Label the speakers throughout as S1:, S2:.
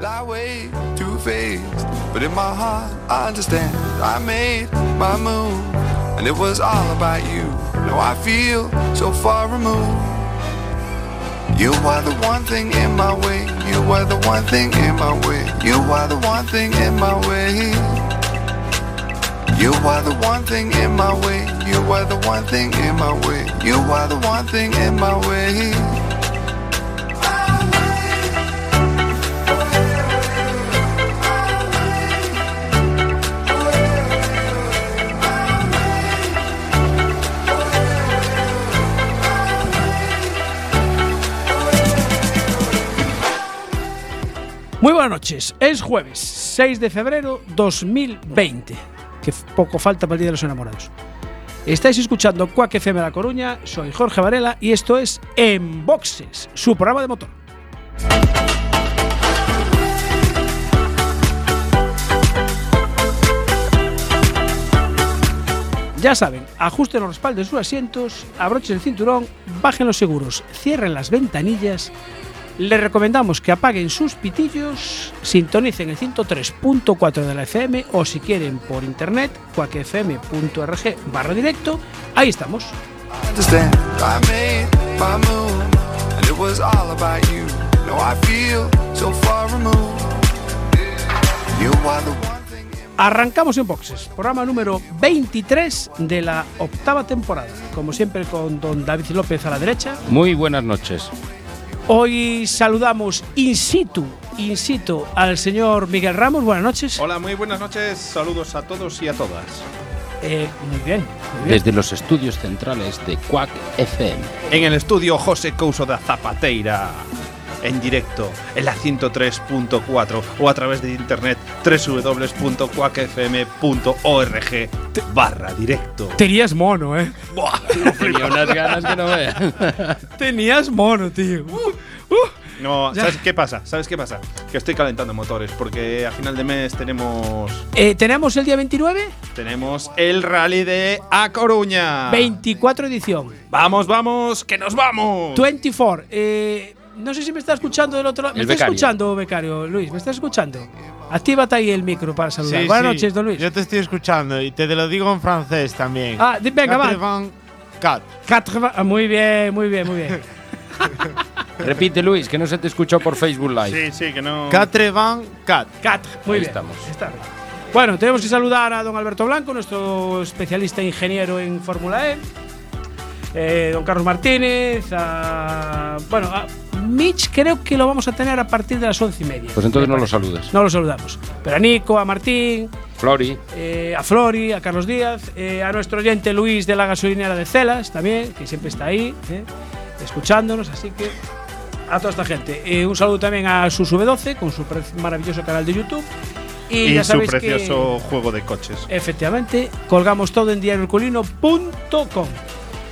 S1: lie way too faced. But in my heart, I understand. I made my move, and it was all about you. Now I feel so far removed. You are the one thing in my way. You are the one thing in my way. You are the one thing in my way. You are the one thing in my way. You are the one thing in my way. You are the one thing in my way.
S2: Muy buenas noches, es jueves 6 de febrero 2020, que poco falta para el Día de los Enamorados. Estáis escuchando Quack FM La Coruña, soy Jorge Varela y esto es En Boxes, su programa de motor. Ya saben, ajusten los respaldos de sus asientos, abrochen el cinturón, bajen los seguros, cierren las ventanillas les recomendamos que apaguen sus pitillos, sintonicen el 103.4 de la FM o si quieren por internet, cuacfm.org barra directo, ahí estamos.
S1: I understand. I made my move, and it was all about you. Now I feel so far removed. You are the one thing in my
S2: Arrancamos en boxes, programa número 23 de la octava temporada, como siempre con don David López a la derecha.
S3: Muy buenas noches.
S2: Hoy saludamos in situ, in situ al señor Miguel Ramos, buenas noches.
S4: Hola, muy buenas noches. Saludos a todos y a todas.
S2: Eh, muy bien, muy bien.
S3: Desde los estudios centrales de Quack FM.
S4: En el estudio José Couso da Zapateira. En directo, en la 103.4 o a través de internet www.cuacfm.org barra directo.
S2: Tenías mono, eh.
S4: Buah.
S3: Tenía unas ganas que no vea.
S2: Tenías mono, tío. uh.
S4: No,
S2: Ya.
S4: ¿sabes qué pasa? ¿Sabes qué pasa? Que estoy calentando motores porque a final de mes tenemos
S2: Eh, tenemos el día 29,
S4: tenemos el rally de A
S5: Ah,
S4: Coruña.
S2: 24 edición.
S4: Vamos, vamos, que nos vamos.
S2: 24. eh, no sé si me está escuchando del otro lado. ¿Me
S3: El
S2: está
S3: becario.
S2: escuchando, becario? Luis, ¿me está escuchando? Actívate ahí el micro para saludar.
S6: Sí,
S2: Buenas
S6: sí.
S2: noches, don Luis.
S6: Yo te estoy escuchando y te lo digo en francés también.
S2: Ah, di- venga, va.
S6: Van Cat.
S2: 80 ah, muy bien, muy bien, muy bien.
S3: Repite, Luis, que no se te escuchó por Facebook Live.
S4: Sí, sí, que no.
S6: Quatre Van Cat.
S2: Cat, muy
S3: Ahí
S2: bien.
S3: estamos.
S2: Está bien. Bueno, tenemos que saludar a don Alberto Blanco, nuestro especialista ingeniero en Fórmula E. eh, don Carlos Martínez. a- bueno, a Mitch creo que lo vamos a tener a partir de las once y media.
S3: Pues entonces
S2: Me
S3: no lo
S2: parece.
S3: saludes.
S2: No lo saludamos. Pero a Nico, a Martín,
S3: Flori,
S2: eh, a Flori, a Carlos Díaz, eh, a nuestro oyente Luis de la gasolinera de Celas también, que siempre está ahí, eh, escuchándonos, así que a toda esta gente. Eh, un saludo también a Susu12 con su pre- maravilloso canal de YouTube. Y,
S4: Y
S2: ya
S4: su
S2: sabéis
S4: precioso juego de coches.
S2: que, efectivamente, colgamos todo en diarioherculino.com.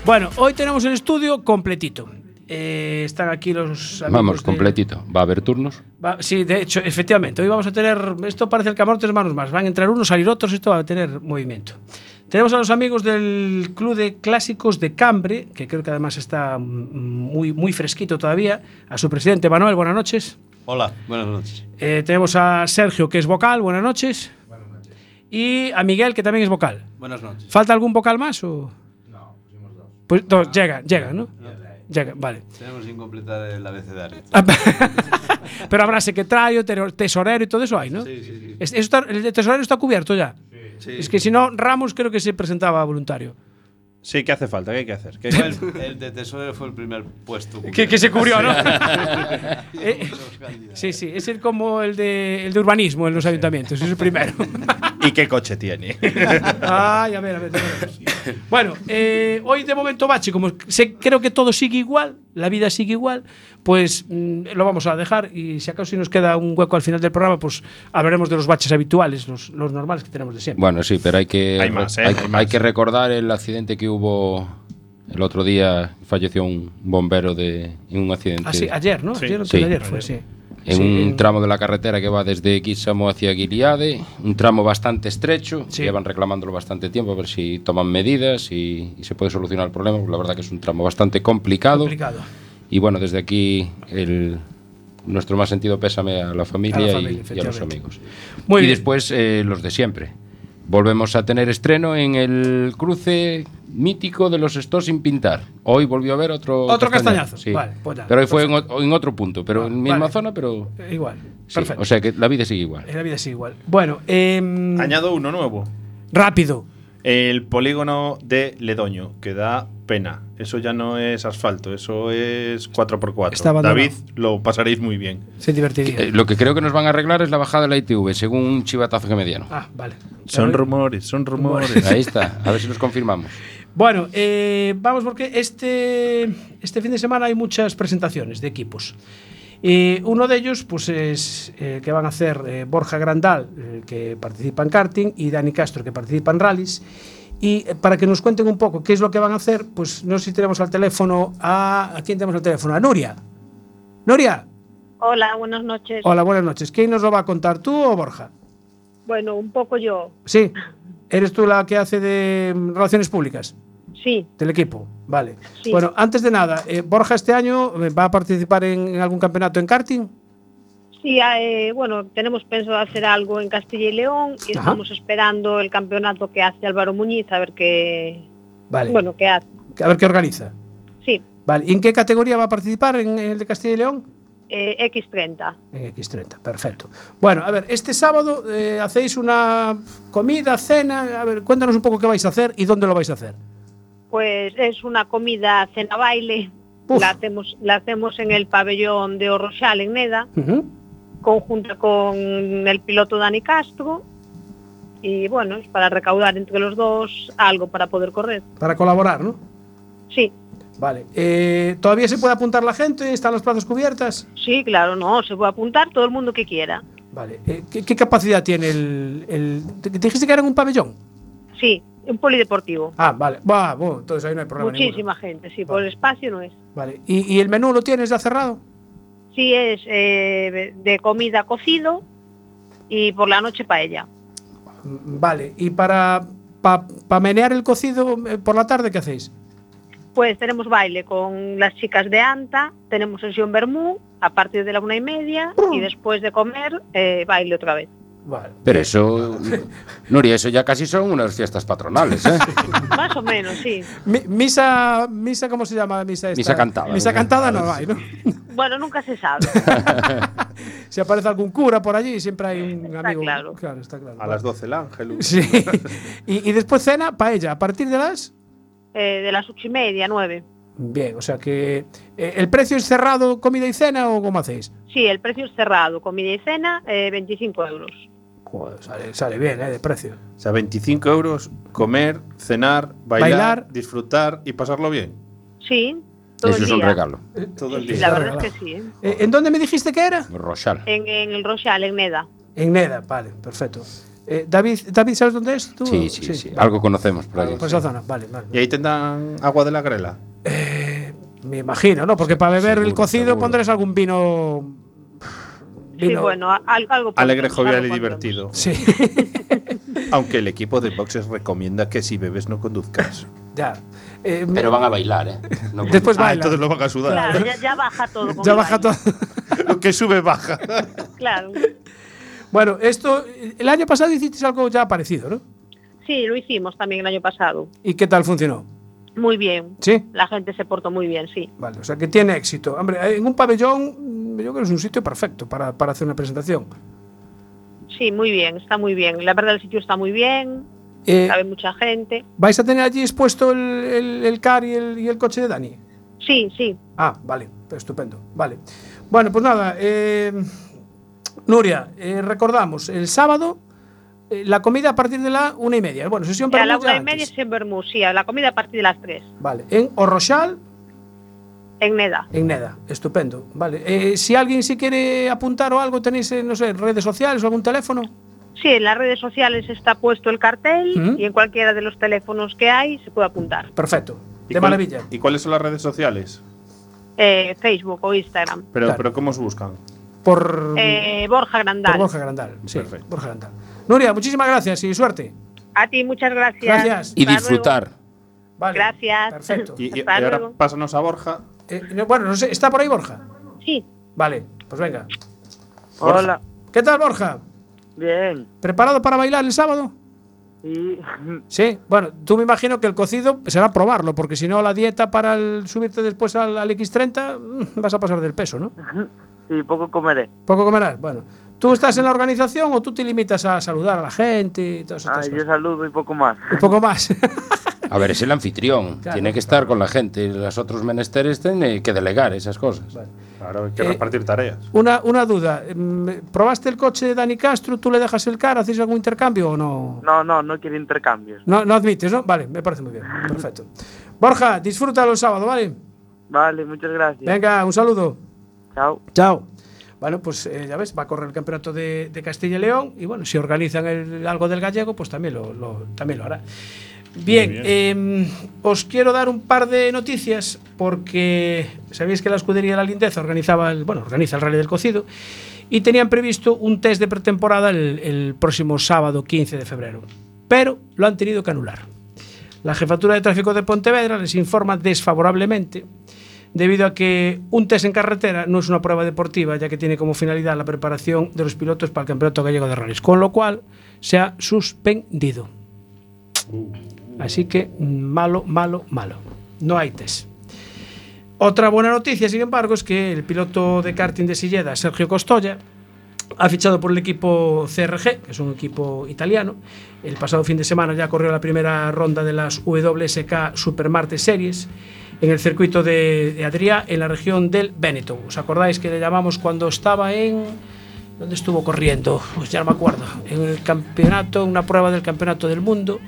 S2: Bueno, hoy tenemos el estudio completito. Eh, están aquí los amigos
S3: vamos,
S2: de-
S3: completito. ¿Va a haber turnos?
S2: Va- sí, de hecho, efectivamente. Hoy vamos a tener. Esto parece el camarote tres manos más. Van a entrar unos, salir otros. Esto va a tener movimiento. Tenemos a los amigos del Club de Clásicos de Cambre, que creo que además está mm, muy, muy fresquito todavía. A su presidente Manuel, buenas noches.
S7: Hola, buenas noches.
S2: Eh, tenemos a Sergio, que es vocal, buenas noches. Y a Miguel, que también es vocal.
S7: Buenas noches.
S2: ¿Falta algún vocal más? O? No, pusimos dos. Pues dos, llega, llega, ¿no? Llega, vale.
S7: Tenemos sin completar el abecedario.
S2: Ah, Pero habrá secretario, tero- tesorero y todo eso hay, ¿no? Es- eso está- el tesorero está cubierto ya. Es que si no, Ramos creo que se presentaba voluntario.
S4: Sí, ¿qué hace falta? ¿Qué hay que hacer? ¿Qué-
S7: Fue El, el de tesorero fue el primer puesto.
S2: Que, que se cubrió, ¿no? Eh,
S7: Muchos candidatos.
S2: sí, sí, es el, como el de, el de urbanismo en los ayuntamientos, es el primero.
S4: ¿Y qué coche tiene?
S2: Ay, a ver, a ver. ya veremos. Bueno, eh, hoy de momento bache, como sé- creo que todo sigue igual, la vida sigue igual, pues mm, lo vamos a dejar y si acaso si nos queda un hueco al final del programa, pues hablaremos de los baches habituales, los, los normales que tenemos de siempre.
S3: Bueno, sí, pero hay que,
S4: Hay más, ¿eh?
S3: hay,
S4: Hay
S3: hay
S4: más.
S3: que recordar el accidente que hubo el otro día. Falleció un bombero de, en un accidente.
S2: Ah, sí, ayer, ¿no?
S4: Sí.
S2: ayer, o
S3: Sí.
S2: anteayer fue, sí.
S3: En
S2: Sí,
S3: un tramo de la carretera que va desde Guisamo hacia Guiliade, un tramo bastante estrecho,
S2: Sí.
S3: llevan reclamándolo bastante tiempo, a ver si toman medidas y, y se puede solucionar el problema, porque la verdad que es un tramo bastante complicado.
S2: complicado.
S3: Y bueno, desde aquí el nuestro más sentido pésame a la familia, y-
S2: familia,
S3: y, a los
S2: efectivamente.
S3: amigos.
S2: Muy
S3: y
S2: bien.
S3: después eh, los de siempre. Volvemos a tener estreno en el cruce mítico de los Stores sin pintar. Hoy volvió a haber otro
S2: Otro castañazo. Vale, pues nada,
S3: pero hoy fue en, o- en otro punto, pero
S2: Ah,
S3: en misma
S2: vale.
S3: zona, pero
S2: Eh, Igual.
S3: sí,
S2: Perfecto.
S3: o sea que la vida sigue igual.
S2: la vida es igual. Bueno, em,
S4: Añado uno nuevo.
S2: rápido.
S4: El polígono de Ledoño, que da pena. Eso ya no es asfalto, eso es 4x4.
S2: Está abandonado.
S4: David, lo pasaréis muy bien.
S2: Se divertiría.
S3: Eh, lo que creo que nos van a arreglar es la bajada de la ITV, según un chivatazo que me dieron.
S2: ah, vale.
S4: Son rumores, son rumores.
S3: Ahí está, a ver si los confirmamos.
S2: Bueno, eh, vamos porque este, este fin de semana hay muchas presentaciones de equipos. Eh, uno de ellos pues es eh, que van a hacer eh, Borja Grandal, eh, que participa en karting, y Dani Castro, que participa en rallies. Y eh, para que nos cuenten un poco qué es lo que van a hacer, pues no sé si tenemos al teléfono a... ¿A quién tenemos al teléfono? A Nuria. Nuria.
S8: Hola, buenas noches.
S2: Hola, buenas noches. ¿Quién nos lo va a contar, tú o Borja?
S8: Bueno, un poco yo,
S2: Sí. ¿Eres tú la que hace de mm, relaciones públicas?
S8: sí.
S2: Del equipo, vale.
S8: Sí.
S2: Bueno, antes de nada, eh, Borja este año eh, va a participar en, en algún campeonato en karting.
S8: Sí, eh, bueno, tenemos pensado hacer algo en Castilla y León y
S2: Ajá.
S8: estamos esperando el campeonato que hace Álvaro Muñiz, a ver qué,
S2: Vale.
S8: bueno, qué hace.
S2: A ver qué organiza.
S8: Sí,
S2: Vale. ¿Y en qué categoría va a participar en el de Castilla y León?
S8: eh, X30.
S2: En X30, perfecto. Bueno, a ver, este sábado eh, hacéis una comida, cena. A ver, cuéntanos un poco qué vais a hacer y dónde lo vais a hacer.
S8: Pues es una comida cena baile.
S2: Uf.
S8: La hacemos, la hacemos en el pabellón de Orrochal en Neda,
S2: Ujú.
S8: conjunta con el piloto Dani Castro. Y bueno, es para recaudar entre los dos algo para poder correr.
S2: Para colaborar, ¿no?
S8: Sí,
S2: Vale. Eh, ¿Todavía se puede apuntar la gente? ¿Están las plazas cubiertas?
S8: Sí, claro, no, se puede apuntar todo el mundo que quiera.
S2: Vale. Eh, ¿qué, qué capacidad tiene el, el- Dijiste que era en un pabellón.
S8: Sí, un polideportivo.
S2: Ah, vale. Va, bueno, entonces ahí no hay problema
S8: Muchísima
S2: ninguno.
S8: gente, sí,
S2: Vale.
S8: por el espacio no es.
S2: Vale. ¿Y, y el menú lo tienes ya cerrado?
S8: Sí es eh, de comida cocido y por la noche paella.
S2: Mm, Vale. ¿Y para pa, pa menear el cocido eh, por la tarde qué hacéis?
S8: Pues tenemos baile con las chicas de Anta, tenemos sesión Bermú a partir de la una y media y después de comer eh, baile otra vez.
S2: Vale.
S3: Pero eso, Nuria, eso ya casi son unas fiestas patronales, ¿eh?
S8: Más o menos, sí.
S2: Mi- misa, misa, ¿cómo se llama? Misa, esta?
S3: Misa cantada.
S2: Misa cantada no hay, ¿no?
S8: Bueno, nunca se sabe.
S2: Si aparece algún cura por allí, siempre hay un
S8: Está
S2: amigo.
S8: claro.
S2: está claro.
S4: A las 12 el ángel.
S2: Sí. y, y después cena, paella. A partir de las.
S8: Eh, de las ocho y media, nueve.
S2: Bien, o sea que. eh, ¿El precio es cerrado, comida y cena o cómo hacéis?
S8: Sí, el precio es cerrado, comida y cena, eh, 25 euros.
S2: Joder, sale, sale bien, ¿eh? De precio.
S4: O sea, 25 euros, comer, cenar, bailar,
S2: Bailar.
S4: disfrutar y pasarlo bien.
S8: Sí, todo
S3: Eso
S8: el
S3: es un
S8: día.
S3: regalo.
S4: Todo el
S8: Sí,
S4: día.
S8: la verdad es que sí. ¿eh?
S2: Eh, ¿En dónde me dijiste que era?
S3: Rochal.
S8: En, en el Rochal, en Neda.
S2: En Neda, vale, perfecto. Eh, David, David, ¿sabes dónde es? ¿Tú?
S3: Sí, sí, sí,
S2: vale.
S3: Algo conocemos por ahí.
S2: Por esa zona, vale, vale.
S4: Y ahí tendrán agua de la grela.
S2: Me imagino, ¿no? Porque para beber el
S3: Seguro,
S2: cocido
S3: seguro.
S2: pondrás algún vino.
S8: Sí,
S2: vino-
S8: bueno, al- algo
S4: Alegre,
S8: pondremos,
S4: jovial
S8: algo
S4: y
S8: pondremos.
S4: divertido.
S2: Sí,
S4: Aunque el equipo de boxes recomienda que si bebes no conduzcas.
S2: ya. Eh,
S3: Pero van a bailar, ¿eh?
S2: después
S3: No-
S4: ah,
S2: Pues baila.
S4: entonces lo van a sudar.
S8: Claro, ya, ya baja todo. con
S2: ya
S8: el
S2: baja todo.
S8: baile.
S4: Lo que sube, baja.
S8: Claro.
S2: Bueno, esto. El año pasado hicisteis algo ya parecido, ¿no?
S8: Sí, lo hicimos también el año pasado.
S2: ¿Y qué tal funcionó?
S8: Muy bien.
S2: ¿Sí?
S8: La gente se portó muy bien, sí.
S2: Vale, o sea que tiene éxito. Hombre, eh, en un pabellón, mm, yo creo que es un sitio perfecto para, para hacer una presentación.
S8: Sí, muy bien, está muy bien. La verdad, el sitio está muy bien,
S2: Eh,
S8: cabe mucha gente.
S2: ¿Vais a tener allí expuesto el, el- el car y el, y el coche de Dani?
S8: Sí, sí.
S2: Ah, vale, estupendo, vale. Bueno, pues nada, eh, Nuria, eh, recordamos, el sábado eh, la comida a partir de la una y media. Bueno, sesión para
S8: A la
S2: muchos
S8: una y media
S2: antes.
S8: es en Bermú, sí, a la comida a partir de las tres,
S2: Vale, en Orrochal,
S8: en Neda.
S2: en Neda, estupendo. Vale, Eh, si alguien se quiere apuntar o algo, tenéis, eh, no sé, redes sociales o algún teléfono.
S8: Sí, en las redes sociales está puesto el cartel
S2: Ujú.
S8: y en cualquiera de los teléfonos que hay se puede apuntar.
S2: Perfecto,
S4: ¿Y
S2: de
S4: cuál-
S2: maravilla.
S4: ¿Y cuáles son las redes sociales?
S8: Eh, Facebook o Instagram.
S4: Pero,
S2: Claro.
S4: pero ¿cómo se buscan?
S2: Por,
S8: Eh, Borja Grandal.
S2: por Borja Grandal. Sí,
S4: Perfecto.
S2: Borja Grandal. Nuria, muchísimas gracias y suerte.
S8: A ti muchas gracias.
S2: Gracias.
S3: Y
S8: Hasta
S3: disfrutar.
S2: Vale,
S8: Gracias.
S2: Perfecto.
S4: Y, y- y
S8: Hasta
S4: ahora
S8: luego.
S4: pásanos a Borja.
S2: Eh, no, bueno, no sé, ¿está por ahí Borja?
S8: luego. Sí,
S2: Vale, pues venga.
S9: Hola,
S2: ¿Qué tal, Borja?
S9: bien.
S2: ¿Preparado para bailar el sábado?
S9: Y
S2: Sí, bueno, tú me imagino que el cocido será probarlo, porque si no la dieta para el subirte después al, al X30 mm, vas a pasar del peso, ¿no?
S9: sí, poco comeré.
S2: Poco comerás. Bueno, ¿tú estás en la organización o tú te limitas a saludar a la gente y todas
S9: Ah,
S2: estas
S9: yo
S2: cosas?
S9: saludo y poco más.
S2: Un poco más.
S3: A ver, es el anfitrión.
S2: Claro,
S3: tiene que estar con la gente. y Los otros menesteres tienen que delegar esas cosas.
S10: Claro, hay que
S2: Eh,
S10: repartir tareas.
S2: una, una duda, mm, ¿probaste el coche de Dani Castro? ¿Tú le dejas el car? ¿Hacéis algún intercambio o no?
S9: No, no, no quiero intercambios.
S2: No, no admites, ¿no? Vale, me parece muy bien. Perfecto. Borja, disfrútalo el sábado, ¿vale?
S9: Vale, muchas gracias.
S2: Venga, un saludo.
S9: Chao.
S2: Chao. Bueno, pues eh, ya ves, va a correr el campeonato de, de Castilla y León y bueno, si organizan el- algo del gallego, pues también lo, lo- también lo hará. Bien, eh, os quiero dar un par de noticias porque sabéis que la escudería de la Lindeza organizaba el, bueno, organiza el Rally del Cocido y tenían previsto un test de pretemporada el, el próximo sábado 15 de febrero, pero lo han tenido que anular. La Jefatura de Tráfico de Pontevedra les informa desfavorablemente debido a que un test en carretera no es una prueba deportiva, ya que tiene como finalidad la preparación de los pilotos para el Campeonato Gallego de Rallys, con lo cual se ha suspendido. Así que malo, malo, malo. No hay test. Otra buena noticia, sin embargo, es que el piloto de karting de Silleda, Sergio Costoya, ha fichado por el equipo CRG, que es un equipo italiano. El pasado fin de semana ya corrió la primera ronda de las WSK Supermarte Series en el circuito de, de Adrià, en la región del Véneto. ¿Os acordáis que le llamamos cuando estaba en... ¿Dónde estuvo corriendo? Pues ya no me acuerdo. En el campeonato, en una prueba del campeonato del mundo.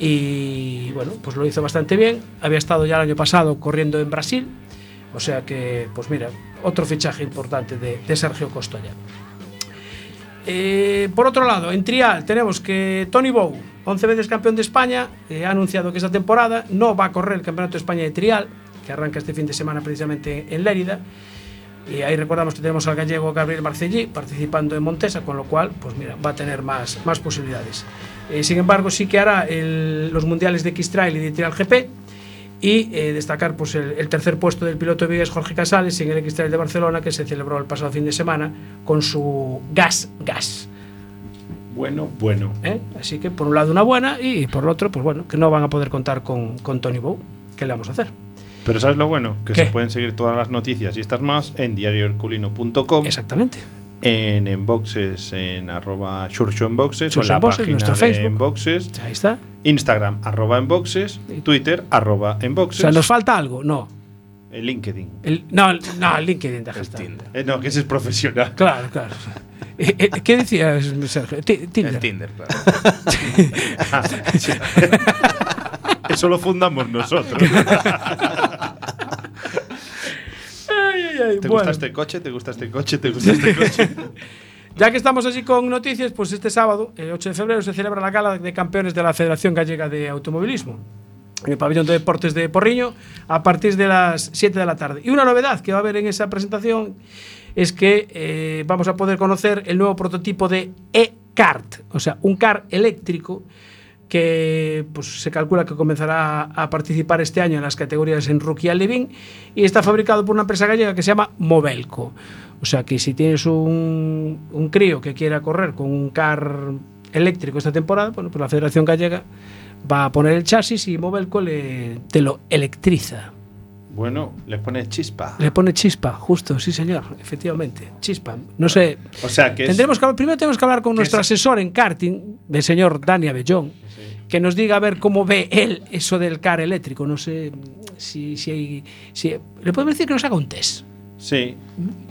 S2: Y bueno, pues lo hizo bastante bien. Había estado ya el año pasado corriendo en Brasil. O sea que, pues mira, otro fichaje importante de, de Sergio Costoya. Eh, por otro lado, en Trial tenemos que Tony Bow, 11 veces campeón de España, eh, ha anunciado que esta temporada no va a correr el Campeonato de España de Trial, que arranca este fin de semana precisamente en Lérida. Y ahí recordamos que tenemos al gallego Gabriel Marcellí participando en Montesa, con lo cual, pues mira, va a tener más, más posibilidades. Eh, sin embargo, sí que hará el- los mundiales de X-Trail y de Trial GP, y eh, destacar pues, el, el tercer puesto del piloto de Vigas Jorge Casales en el x de Barcelona que se celebró el pasado fin de semana con su gas gas.
S10: Bueno, bueno.
S2: ¿eh? Así que por un lado una buena y por el otro pues bueno que no van a poder contar con, con Tony Bow. ¿Qué le vamos a hacer?
S10: Pero ¿sabes lo bueno? Que
S2: ¿Qué?
S10: se pueden seguir todas las noticias y estas más en diarioherculino.com,
S2: Exactamente.
S10: en Enboxes, en arroba Xurxo Enboxes, o en
S2: Xurxo
S10: la
S2: Enboxes,
S10: página
S2: nuestro
S10: de
S2: Facebook.
S10: Enboxes,
S2: Ahí está.
S10: Instagram, arroba Enboxes, Twitter, arroba
S2: O
S10: Enboxes,
S2: sea, nos falta algo. No.
S10: en LinkedIn.
S2: El, no, el- no, el LinkedIn de Hashtag.
S10: Eh, no, que ese es profesional.
S2: Claro, claro. Eh, eh, ¿Qué decías, Sergio? Ti-
S11: El
S2: Tinder.
S11: Tinder, claro.
S10: Eso lo fundamos nosotros. ¿Te
S2: Ay, ay, ay,
S10: gusta
S2: bueno.
S10: este coche? ¿Te gusta este coche? ¿Te gusta este coche?
S2: Ya que estamos así con noticias, pues este sábado, el 8 de febrero, se celebra la gala de campeones de la Federación Gallega de Automovilismo en el pabellón de deportes de Porriño a partir de las 7 de la tarde. Y una novedad que va a haber en esa presentación es que eh, vamos a poder conocer el nuevo prototipo de e-kart, o sea, un car eléctrico que pues, se calcula que comenzará a participar este año en las categorías en Rookie and Living y está fabricado por una empresa gallega que se llama Movelco. O sea que si tienes un, un crío que quiera correr con un car eléctrico esta temporada, bueno, pues la Federación Gallega va a poner el chasis y Movelco le, te lo electriza.
S10: bueno, le pones chispa.
S2: Le pone chispa, justo, sí señor, efectivamente, chispa. No sé,
S10: O sea, que es-
S2: Tendremos que, hablar- primero tenemos que hablar con
S10: que
S2: nuestro
S10: es-
S2: asesor en karting, el señor Dani Abellón, que nos diga a ver cómo ve él eso del car eléctrico. No sé si, si hay. si- Le podemos decir que nos haga un test.
S10: Sí,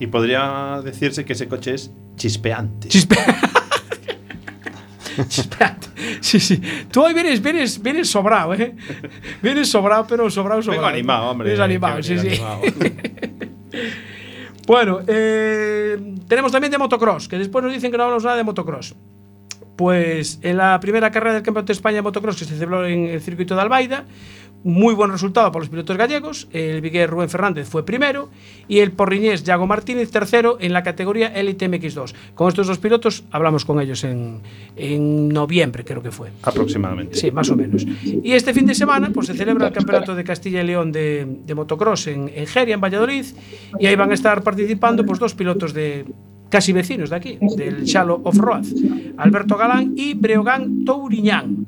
S10: y podría decirse que ese coche es chispeante.
S2: Espérate. Sí, sí. Tú hoy vienes, vienes, vienes sobrado, ¿eh? Vienes sobrado, pero sobrado, sobrado.
S10: Vengo animado, hombre.
S2: Vienes animado, sí,
S10: Vengo
S2: sí.
S10: animado.
S2: Bueno, eh, tenemos también de motocross, que después nos dicen que no hablamos nada de motocross. Pues en la primera carrera del Campeonato de España de motocross que se celebró en el circuito de Albaida, Muy buen resultado para los pilotos gallegos. El vigués Rubén Fernández fue primero y el porriñés Yago Martínez tercero en la categoría Elite MX2. Con estos dos pilotos hablamos con ellos en, en noviembre, creo que fue.
S10: aproximadamente.
S2: Sí, más o menos. Y este fin de semana pues, se celebra el Campeonato de Castilla y León de, de motocross en, en Geria, en Valladolid, y ahí van a estar participando pues, dos pilotos de casi vecinos de aquí, del Chalo of Road, Alberto Galán y Breogán Touriñán.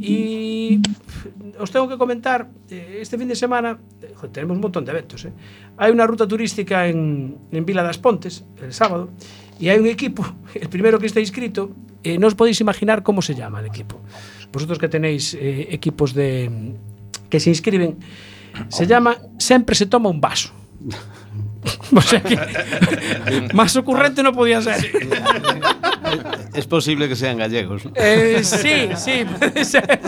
S2: Y pff, os tengo que comentar, eh, este fin de semana eh, joder, tenemos un montón de eventos. eh. Hay una ruta turística en, en Vila das Pontes, el sábado, y hay un equipo, el primero que está inscrito, eh, no os podéis imaginar cómo se llama el equipo. Vosotros que tenéis eh, equipos de que se inscriben, se llama Siempre se toma un vaso. O sea que, más ocurrente no podía ser.
S7: Es posible que sean gallegos. ¿no?
S2: Eh, sí, sí, puede ser.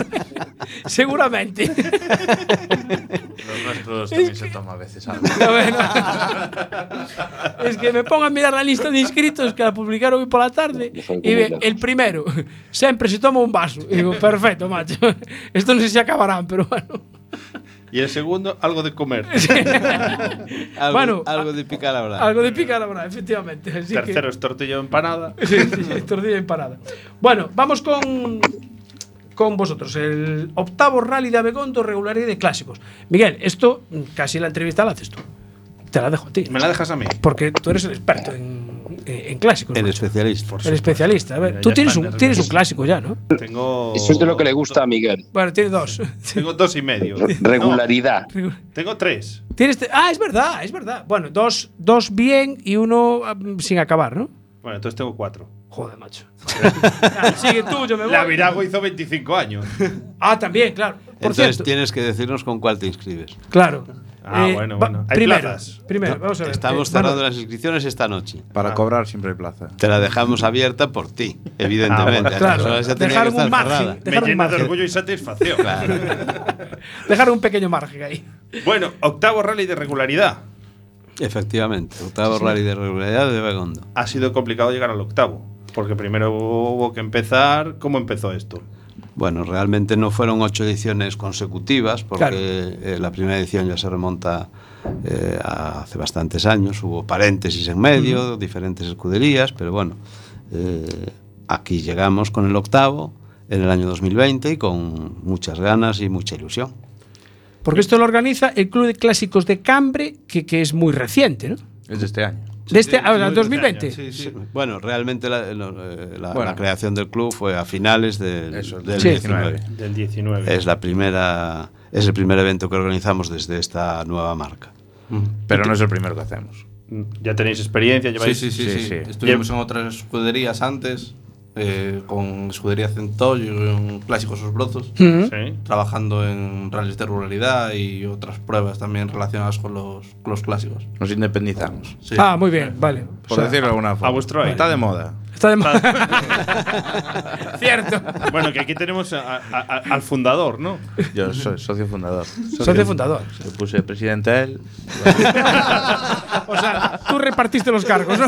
S2: Seguramente.
S11: Los nuestros también se toma a veces algo.
S2: A ver. Es que me pongo a mirar la lista de inscritos que la publicaron hoy por la tarde y ve, el primero, siempre se toma un vaso. Y digo, perfecto, macho. Esto no sé si acabarán, pero bueno.
S10: Y el segundo, algo de comer.
S7: Algo,
S2: Bueno,
S7: algo de picar ahora.
S2: Algo de picar habrá, efectivamente. Así que-
S10: Tercero es tortilla empanada.
S2: Sí, sí, tortilla en parada. Bueno, vamos con con vosotros. El octavo rally de Abegondo, regularidad de clásicos. Miguel, esto mm, casi la entrevista la haces tú. Te la dejo a ti.
S10: ¿Me la dejas a mí?
S2: Porque tú eres el experto en, en- en clásicos.
S7: El
S2: macho.
S7: especialista.
S2: El especialista. A ver,
S10: Mira,
S2: tú
S10: ya
S2: tienes
S10: están
S2: un, tienes un
S10: nerviosos.
S2: clásico ya, ¿no?
S10: Tengo.
S12: Eso es de lo que le gusta a Miguel.
S2: Bueno, tienes dos.
S10: Tengo dos y medio.
S12: Regularidad.
S10: No, tengo tres.
S2: Tienes te- ah, es verdad, es verdad. Bueno, dos, dos bien y uno ah, sin acabar, ¿no?
S10: Bueno, entonces tengo cuatro.
S2: Joder, macho. Ya, sigue tú, yo me voy.
S10: La Virago hizo 25 años.
S2: Ah, también, claro. Por
S7: Entonces
S2: cierto.
S7: tienes que decirnos con cuál te inscribes.
S2: Claro. Eh,
S10: Ah, bueno,
S2: va-
S10: bueno. Hay
S2: Primero,
S10: plazas.
S2: primero, vamos a ver.
S7: Estamos
S2: Eh,
S7: cerrando
S2: bueno, Ah.
S7: las inscripciones esta noche.
S11: Para cobrar siempre hay plaza.
S7: Te la dejamos abierta por ti, evidentemente. A
S2: claro,
S7: estas horas ya tenía
S2: dejar
S7: que
S2: un
S7: estar
S2: margen.
S7: cerrada.
S10: Me
S2: Dejar un,
S10: llena de
S2: margen
S10: orgullo y satisfacción.
S2: dejar un pequeño margen ahí.
S10: Bueno, octavo rally de regularidad.
S7: Efectivamente, octavo rally de regularidad de Begondo.
S10: Ha sido complicado llegar al octavo. Porque primero hubo que empezar. ¿Cómo empezó esto?
S7: Bueno, realmente no fueron ocho ediciones consecutivas, porque
S2: Claro.
S7: eh, la primera edición ya se remonta eh, a hace bastantes años, hubo paréntesis en medio, diferentes escuderías, pero bueno, eh, aquí llegamos con el octavo en el año 2020 y con muchas ganas y mucha ilusión.
S2: Porque esto lo organiza el Club de Clásicos de Cambre, que, que es muy reciente, ¿no?
S11: Es de este año.
S2: De este, ah,
S10: muy
S2: 2020.
S10: reciente, sí, sí.
S7: Bueno, realmente la, lo- eh, la-
S11: Bueno.
S7: la creación del club fue a finales del,
S11: Eso,
S7: del
S2: sí.
S3: este
S7: 19.
S10: Del 19.
S7: Es la primera, es el primer evento que organizamos desde esta nueva marca.
S11: Pero no es el primero que hacemos.
S10: Ya tenéis experiencia, lleváis.
S11: sí, sí, sí.
S10: Estuvimos
S12: en otras escuderías antes, eh, con escudería Centollo, en Clásicos Os Brozos,
S2: Ujú.
S10: Sí.
S12: trabajando en rallies de ruralidad y otras pruebas también relacionadas con los, clásicos.
S11: Nos independizamos.
S2: Ah, muy bien, vale. O
S11: Por
S2: sea,
S11: decirlo de alguna forma.
S10: vuestro aire.
S11: Está de moda.
S2: está de moda. Cierto.
S10: Bueno, que aquí tenemos a- a- a- al fundador, ¿no?
S11: Yo soy socio fundador.
S2: Socio fundador.
S11: Le puse presidente a él.
S2: O sea, tú repartiste los cargos, ¿no?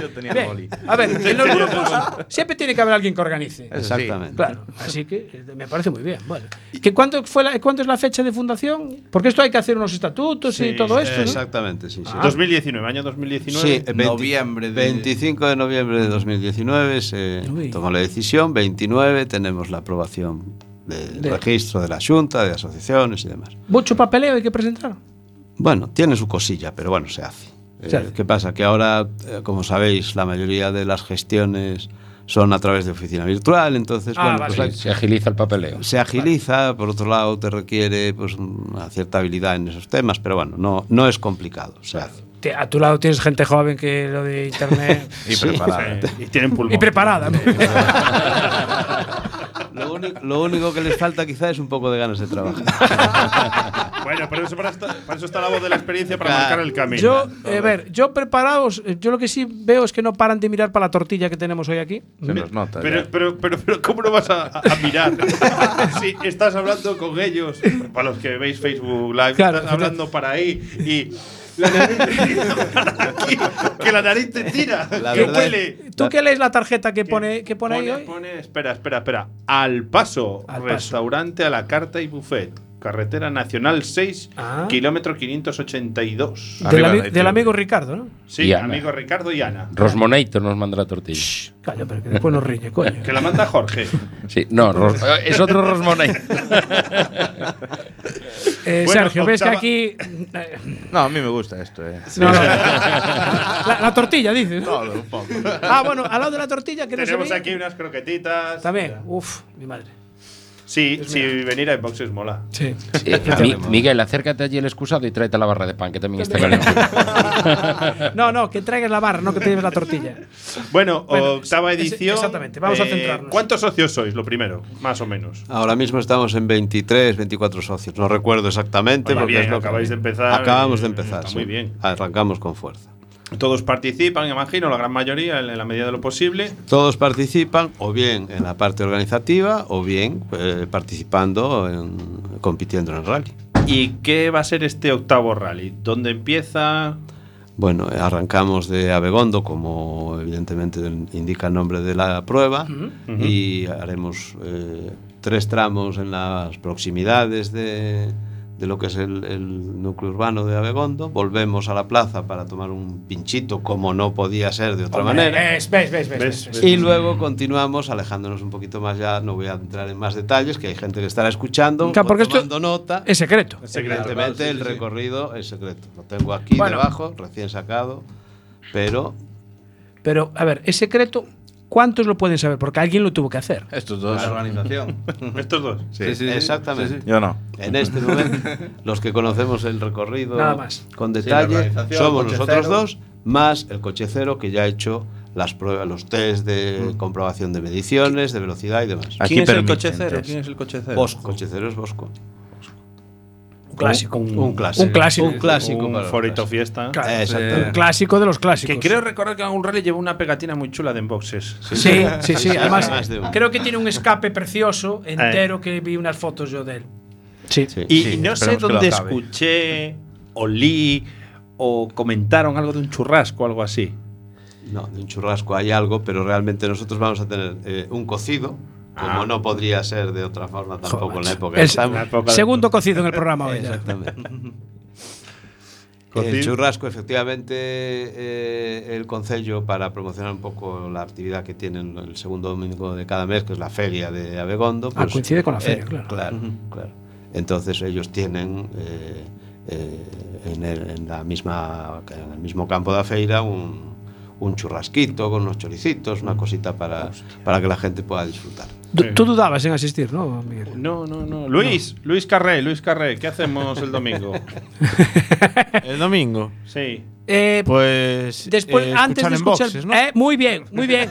S11: Yo tenía el boli.
S2: Bien. A ver, en los grupos siempre tiene que haber alguien que organice.
S11: Eso sí.
S7: Exactamente.
S2: Claro, así que eh, me parece muy bien. Bueno. ¿Que cuánto, fue la, ¿Cuánto es la fecha de fundación? Porque esto hay que hacer unos estatutos y
S10: Sí,
S2: todo esto. ¿no?
S7: Exactamente, sí, sí.
S5: Ah.
S10: 2019, año
S7: Sí,
S10: 2019.
S7: 20
S12: noviembre de-
S7: 25 de noviembre de 2019 se
S2: Uy.
S7: tomó la decisión, 29 tenemos la aprobación del
S2: De-
S7: registro de la Junta, de asociaciones y demás.
S2: Mucho papeleo hay que presentar.
S7: Bueno, tiene su cosilla, pero bueno, se hace.
S2: Se
S7: Eh,
S2: hace.
S7: ¿Qué pasa? Que ahora, eh, como sabéis, la mayoría de las gestiones son a través de oficina virtual, entonces
S2: Ah,
S7: bueno,
S2: vale.
S7: pues hay-
S3: Se agiliza el papeleo.
S7: se agiliza, por otro lado te requiere pues una cierta habilidad en esos temas, pero bueno, no, no es complicado, se hace.
S2: Te- A tu lado tienes gente joven que lo de internet.
S11: Y preparado.
S10: Sí, y tienen pulmón.
S2: y preparada. muy bien.
S7: Lo único, lo único que les falta quizá es un poco de ganas de trabajar.
S10: Bueno, pero eso para, esta- para eso está la voz de la experiencia para
S7: Claro.
S10: marcar el camino.
S2: Yo, eh, a ver, yo preparados, eh, yo lo que sí veo es que no paran de mirar para la tortilla que tenemos hoy aquí.
S11: Se nos nota.
S10: Pero,
S11: ya.
S10: pero, pero, pero, ¿cómo no vas a, a mirar? si estás hablando con ellos, para los que veis Facebook Live,
S2: Claro.
S10: estás hablando para ahí y. La nariz aquí, que la nariz te tira,
S7: La
S10: que
S7: verdad-
S10: huele.
S2: ¿Tú qué lees la tarjeta que pone, que pone ahí hoy?
S10: Pone- espera, espera, espera. Al paso,
S2: Al Paso.
S10: restaurante a la carta y buffet. carretera nacional 6, kilómetro 582.
S2: Ah. Del, ami- del amigo Ricardo, ¿no?
S10: Sí,
S3: Y Ana.
S10: amigo Ricardo y Ana.
S3: Rosmonator nos manda la tortilla.
S2: Calla, pero que después nos riñe, coño.
S10: Que la manda Jorge.
S3: Sí, no, Ros- es otro Rosmonator.
S2: Eh,
S10: Bueno,
S2: Sergio, ves que
S10: octava-
S2: aquí.
S12: No, a mí me gusta esto, eh.
S2: No, no. La, la tortilla, dices. ¿no?
S12: Todo, un poco.
S2: Ah, bueno, al lado de la tortilla que no se
S10: Tenemos
S2: veía.
S10: aquí unas croquetitas.
S2: También, uff, mi madre.
S10: Sí, sí, venir a Inboxes mola.
S2: Sí.
S3: Eh, Mi- Miguel, acércate allí el excusado y tráete la barra de pan, que también está caliente.
S2: No, no, que traigas la barra, no que te lleves la tortilla.
S10: Bueno,
S2: Bueno,
S10: octava
S2: es-
S10: edición. eh,
S2: exactamente, vamos a centrarnos.
S10: ¿Cuántos socios sois? Lo primero, más o menos.
S7: Ahora mismo estamos en 23, 24 socios. No recuerdo exactamente.
S10: Oye,
S7: porque
S10: bien,
S7: es lo que-
S10: acabáis de empezar,
S7: Acabamos
S10: eh,
S7: de empezar.
S10: está
S7: sí.
S10: muy bien.
S7: Arrancamos con fuerza.
S10: Todos participan, imagino, la gran mayoría, en la medida de lo posible.
S7: Todos participan o bien en la parte organizativa o bien eh, participando, en- compitiendo en el rally.
S10: ¿Y qué va a ser este octavo rally? ¿Dónde empieza?
S7: Bueno, eh, arrancamos de Abegondo, como evidentemente indica el nombre de la prueba, y haremos eh, tres tramos en las proximidades de, de lo que es el, el núcleo urbano de Abegondo. Volvemos a la plaza para tomar un pinchito, como no podía ser de otra
S2: Hombre,
S7: manera.
S2: ves, ves, ves, ves,
S10: Ves,
S2: ves.
S7: Y luego continuamos alejándonos un poquito más ya, no voy a entrar en más detalles, que hay gente que estará escuchando.
S2: Claro,
S7: o
S2: porque esto
S7: tomando nota.
S2: es secreto. Es
S10: secreto,
S7: Evidentemente
S10: claro, sí,
S7: el
S10: sí, sí.
S7: recorrido es secreto. Lo tengo aquí
S2: Bueno.
S7: debajo, recién sacado, pero
S2: Pero, a ver, es secreto. ¿Cuántos lo pueden saber? Porque alguien lo tuvo que hacer.
S12: Estos dos. La organización.
S10: Estos dos.
S12: Sí, sí, sí.
S7: exactamente.
S12: Sí, sí. Yo no.
S7: En este momento, los que conocemos el recorrido
S2: Nada más.
S7: con
S12: Sí, la
S7: detalle
S12: organización,
S7: somos
S12: coche
S7: nosotros
S12: cero.
S7: dos, más el coche cero que ya ha hecho las pruebas, los test de
S12: Mm.
S7: comprobación de mediciones, de velocidad y demás.
S12: ¿Quién es el coche cero? ¿Quién es el coche cero?
S7: Bosco. Coche cero es Bosco.
S2: Un clásico. Un,
S7: un clásico.
S2: Un clásico.
S7: Un clásico
S10: Un
S7: para los
S10: forito
S7: clásicos.
S10: fiesta.
S2: Claro,
S7: Eh, Exactamente.
S2: un clásico de los clásicos.
S10: Que creo recordar que en algún rally llevó una pegatina muy chula de inboxes.
S2: Sí, sí, sí.
S7: sí,
S2: Además,
S7: más de uno.
S2: creo que tiene un escape precioso entero que vi unas fotos yo de él. Sí.
S7: Sí.
S10: Y,
S12: Sí,
S10: y no sé
S12: esperemos que lo
S10: dónde
S12: acabe.
S10: escuché, o leí, o comentaron algo de un churrasco o algo así.
S7: No, de un churrasco hay algo, pero realmente nosotros vamos a tener eh, un cocido, como no podría ser de otra forma tampoco en la época. que
S2: El-
S7: estamos.
S2: Segundo cocido en el programa hoy. ya.
S7: Exactamente.
S10: Cocido.
S7: El churrasco, efectivamente, eh, el concello para promocionar un poco la actividad que tienen el segundo domingo de cada mes, que es la feria de Abegondo. pues, eh,
S2: Ah, coincide con la feria, claro.
S7: Claro, claro. Entonces ellos tienen eh, eh, en, el, en la misma, en el mismo campo de la feira un, un churrasquito con unos choricitos, una cosita para, para que la gente pueda disfrutar.
S2: Du- Tú dudabas en asistir, ¿no, Miguel?
S10: No, no, no. Luis, Luis Carré, Luis Carré, ¿qué hacemos el domingo?
S6: El domingo.
S10: sí.
S2: Eh,
S6: Pues.
S2: después,
S6: eh,
S2: antes de
S6: escuchar en
S2: escuchar.
S6: boxes, ¿no?
S2: Eh, muy bien, muy bien.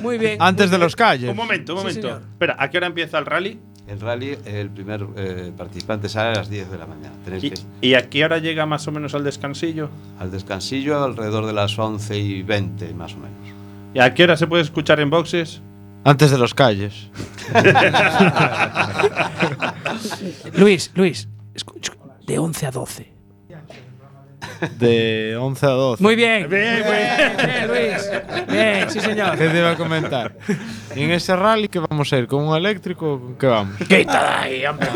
S2: Muy bien.
S6: Antes de los calles.
S10: Un momento, un
S2: Sí,
S10: momento.
S2: señor.
S10: Espera, ¿a qué hora empieza el rally?
S7: El rally, el primer eh, participante sale a las 10 de la mañana. Tenéis
S10: ¿Y,
S7: que
S10: y a qué hora llega más o menos al descansillo?
S7: Al descansillo alrededor de las 11 y 20, más o menos.
S10: ¿Y a qué hora se puede escuchar en boxes?
S6: Antes de los calles.
S2: Luis, Luis, escu- escu- de 11 a 12.
S6: De 11 a 12.
S2: Muy bien.
S10: Bien,
S2: bien, bien, Luis. Bien, sí, señor.
S6: ¿Qué te iba a comentar? ¿Y en ese rally qué vamos a ir? ¿Con un eléctrico o con qué vamos?
S2: Quita ahí, hombre.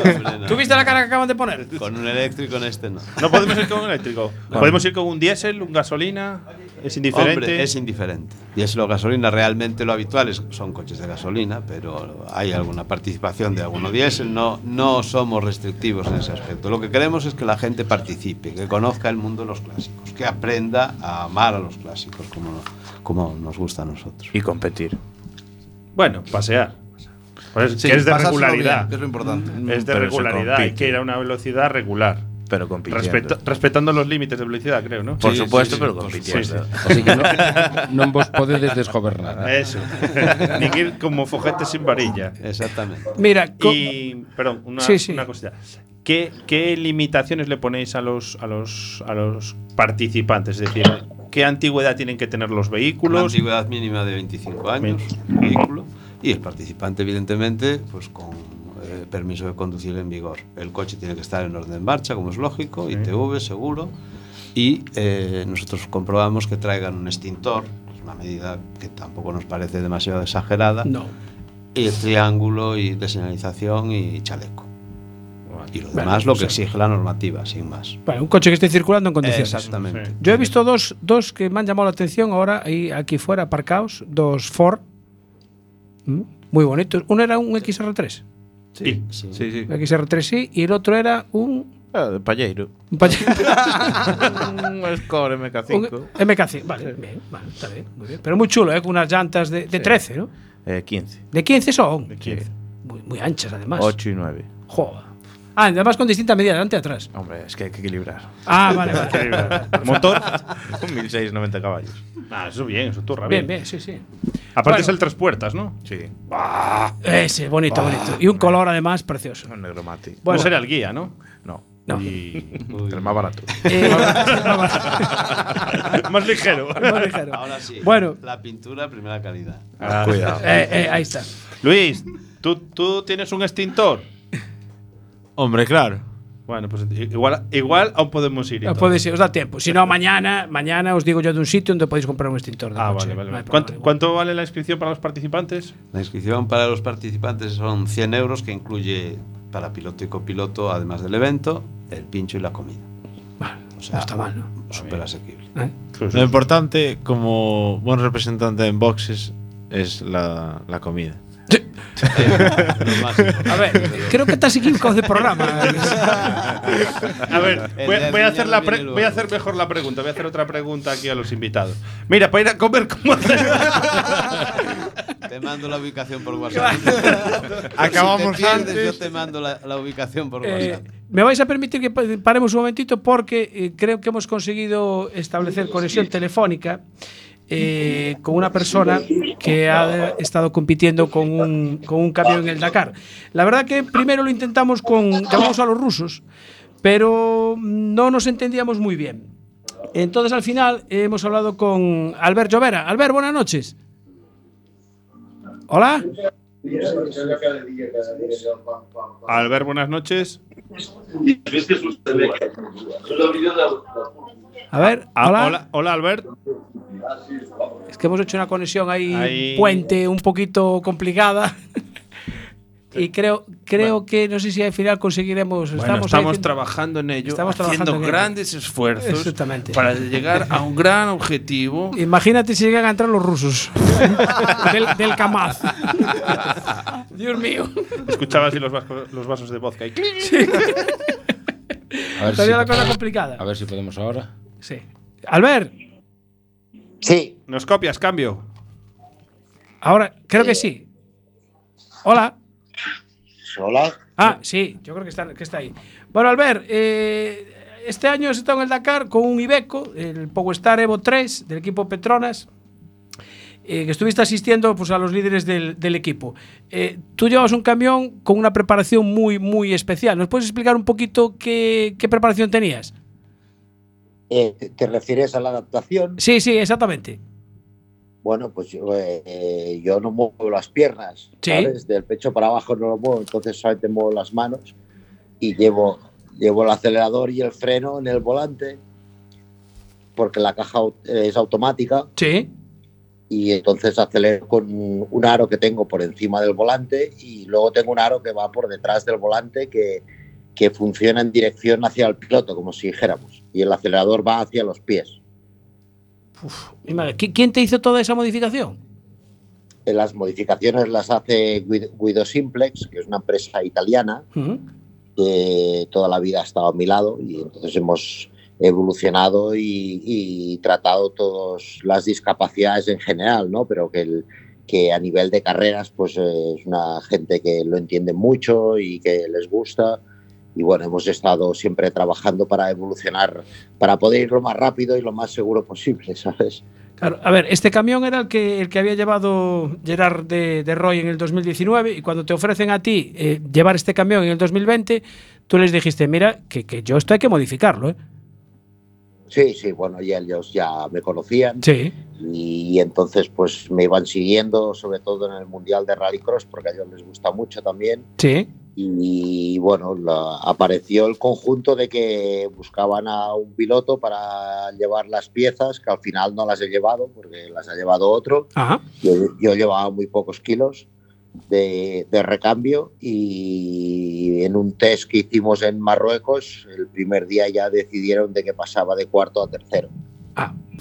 S2: ¿Tú viste la cara que acaban de poner?
S7: Con un eléctrico en este no.
S10: No podemos ir con un eléctrico. Podemos ir con un diésel, un gasolina. Es indiferente.
S7: Hombre, es indiferente. Y es lo gasolina, realmente lo habitual es, son coches de gasolina, pero hay alguna participación de alguno diésel. No, no somos restrictivos en ese aspecto. Lo que queremos es que la gente participe, que conozca el mundo de los clásicos, que aprenda a amar a los clásicos como, como nos gusta a nosotros.
S12: Y competir.
S10: Bueno, pasear. Pues
S12: Sí,
S10: que es de
S12: pasárselo bien,
S10: regularidad.
S12: que es lo
S2: Mm,
S12: importante.
S10: Es de
S12: Pero se
S10: regularidad. Hay
S12: compite.
S10: que ir a una velocidad regular.
S12: Pero compitiendo.
S10: Respeta- respetando los límites de velocidad, creo, ¿no?
S12: Por
S10: Sí,
S12: supuesto,
S10: sí, sí.
S12: pero
S10: Por
S12: compitiendo.
S10: supuesto.
S3: Así que no, non vos podedes desgobernar.
S10: Eso. Ni que ir como fojete sin varilla.
S7: Exactamente.
S2: Mira, co-
S10: Y, perdón, una,
S2: Sí, sí.
S10: una cosita. ¿Qué, qué limitaciones le ponéis a los, a los, a los participantes? Es decir, ¿qué antigüedad tienen que tener los
S7: Una
S10: vehículos?
S7: antigüedad mínima de 25 años, el vehículo, y el participante, evidentemente, pues con eh, permiso de conducir en vigor. El coche tiene que estar en orden de marcha, como es lógico, ITV, seguro, y eh, nosotros comprobamos que traigan un extintor, que es una medida que tampoco nos parece demasiado exagerada,
S2: no.
S7: y el triángulo y de señalización y chaleco.
S10: Vale.
S7: Y lo demás lo que exige la normativa, sin más.
S2: Bueno, un coche que esté circulando en condiciones.
S7: Exactamente. Sí.
S2: Yo he visto dos, dos que me han llamado la atención ahora ahí, aquí fuera, aparcados, dos Ford. ¿Mm? Muy bonitos. Uno era un XR3.
S4: Sí, sí, sí.
S2: Un XR3 sí, y el otro era un.
S4: Ah, de Palleiro.
S2: Un Pajero.
S4: un Score MK5.
S2: un MK5. Vale, bien, vale, está bien, muy bien. Pero muy chulo, ¿eh? Con unas llantas de, de 13, ¿no?
S4: Eh, 15.
S2: De 15 son. De
S4: 15.
S2: Muy, muy anchas, además.
S4: 8 y 9.
S2: Joder. Ah, además con distinta medida, delante y atrás.
S4: Hombre, es que hay que equilibrar.
S2: Ah, vale,
S4: Hay que
S2: vale.
S4: equilibrar. Motor, un 1690 caballos. Ah, eso bien, eso turra
S2: Bien, bien, sí, sí.
S10: Aparte
S2: Bueno.
S10: es el tres puertas, ¿no?
S4: Sí.
S2: Ese, bonito,
S4: Ah.
S2: bonito. Y un color, además, precioso.
S4: Un negro mate.
S2: Bueno.
S10: no será el guía, ¿no?
S4: No.
S2: No.
S4: Y el más barato.
S2: Eh,
S10: Más ligero.
S2: Más ligero.
S7: Ahora sí.
S2: Bueno.
S7: La pintura, primera calidad.
S4: Ah, cuidado.
S2: Eh, eh, ahí está.
S10: Luis, ¿tú, tú tienes un extintor.
S6: Hombre, claro.
S10: Bueno, pues igual, igual aún podemos ir.
S2: Os, podéis Ah, ir, os da tiempo. Si no, mañana, mañana os digo yo de un sitio donde podéis comprar un extintor de
S10: Ah,
S2: coche.
S10: vale, vale.
S2: No
S10: vale.
S2: hay
S10: ¿Cuánto,
S2: problema.
S10: cuánto vale la inscripción para los participantes?
S7: La inscripción para los participantes son 100 euros, que incluye para piloto y copiloto, además del evento, el pincho y la comida.
S2: Vale,
S7: O
S2: no
S7: sea,
S2: está mal, ¿no?
S7: súper asequible.
S2: ¿Eh?
S4: Pues,
S6: Lo importante, como buen representante en boxes, es la, la comida.
S2: A ver, creo que estás equivocado de programa.
S10: A ver, voy, voy a hacer la pre- voy a hacer mejor la pregunta. Voy a hacer otra pregunta aquí a los invitados. Mira, para ir a comer, ¿cómo hacer?
S7: Te mando la ubicación por WhatsApp.
S6: Acabamos
S7: Si te pierdes,
S6: antes.
S7: Yo te mando la, la ubicación por
S2: Eh,
S7: WhatsApp.
S2: me vais a permitir que pa- paremos un momentito porque eh, creo que hemos conseguido establecer conexión telefónica eh, con una persona que ha estado compitiendo con un, con un camión en el Dakar. La verdad que primero lo intentamos con... llamamos a los rusos, pero no nos entendíamos muy bien. Entonces al final hemos hablado con Albert Llovera. Albert, buenas noches. Hola.
S10: Albert, buenas noches.
S2: A ver,
S10: Ah,
S2: hola.
S10: hola, hola, Albert.
S2: Es que hemos hecho una conexión ahí,
S10: Ahí.
S2: puente, un poquito complicada. y creo, creo que, no sé si al final conseguiremos.
S4: Bueno, estamos,
S2: ahí haciendo-
S4: trabajando en ello,
S2: estamos trabajando
S4: haciendo
S2: en ello.
S4: grandes esfuerzos
S2: Exactamente.
S4: para llegar a un gran objetivo.
S2: Imagínate si llegan a entrar los rusos del, del Kamaz. Dios mío.
S10: Escuchaba así los, vasco- los vasos de vodka. y ¡clic!
S3: A ver, si,
S2: Estaría la cosa complicada.
S3: a ver si podemos ahora.
S2: Sí. Albert,
S5: Sí,
S10: Nos copias, cambio.
S2: ahora creo que sí. Hola.
S5: hola.
S2: Ah, sí, yo creo que está, que está ahí. Bueno, Albert, eh, este año has estado en el Dakar con un Ibeco, el Powerstar Evo 3 del equipo Petronas, eh, que estuviste asistiendo pues, a los líderes del, del equipo. Eh, tú llevas un camión con una preparación muy, muy especial. ¿Nos puedes explicar un poquito qué, qué preparación tenías?
S5: Eh, ¿te- ¿Te refieres a la adaptación?
S2: Sí, sí, exactamente.
S5: Bueno, pues yo, eh, eh, yo no muevo las piernas,
S2: Sí.
S5: ¿sabes? Del pecho para abajo no lo muevo, entonces solamente muevo las manos y llevo, llevo el acelerador y el freno en el volante porque la caja au- eh, es automática
S2: Sí.
S5: y entonces acelero con un aro que tengo por encima del volante y luego tengo un aro que va por detrás del volante que, que funciona en dirección hacia el piloto, como si dijéramos, y el acelerador va hacia los pies.
S2: Mi madre, ¿qui- ¿Quién te hizo toda esa modificación?
S5: Eh, Las modificaciones las hace Guid- Guido Simplex, que es una empresa italiana
S2: Ujú.
S5: que toda la vida ha estado a mi lado y entonces hemos evolucionado y, y tratado todas las discapacidades en general, ¿no? Pero que, el- que a nivel de carreras pues eh, es una gente que lo entiende mucho y que les gusta y bueno, hemos estado siempre trabajando para evolucionar, para poder ir lo más rápido y lo más seguro posible, ¿sabes?
S2: Claro, a ver, este camión era el que, el que había llevado Gerard de, de Roy en el 2019 y cuando te ofrecen a ti eh, llevar este camión en el 2020, tú les dijiste, mira, que, que yo esto hay que modificarlo. ¿eh?
S5: Sí, sí, bueno, ya ellos ya me conocían
S2: Sí.
S5: y entonces pues me iban siguiendo, sobre todo en el Mundial de Rallycross, porque a ellos les gusta mucho también.
S2: Sí.
S5: Y bueno, la- apareció el conjunto de que buscaban a un piloto para llevar las piezas, que al final no las he llevado, porque las ha llevado otro.
S2: Ajá.
S5: Yo, yo llevaba muy pocos kilos de, de recambio y en un test que hicimos en Marruecos, el primer día ya decidieron de que pasaba de cuarto a tercero.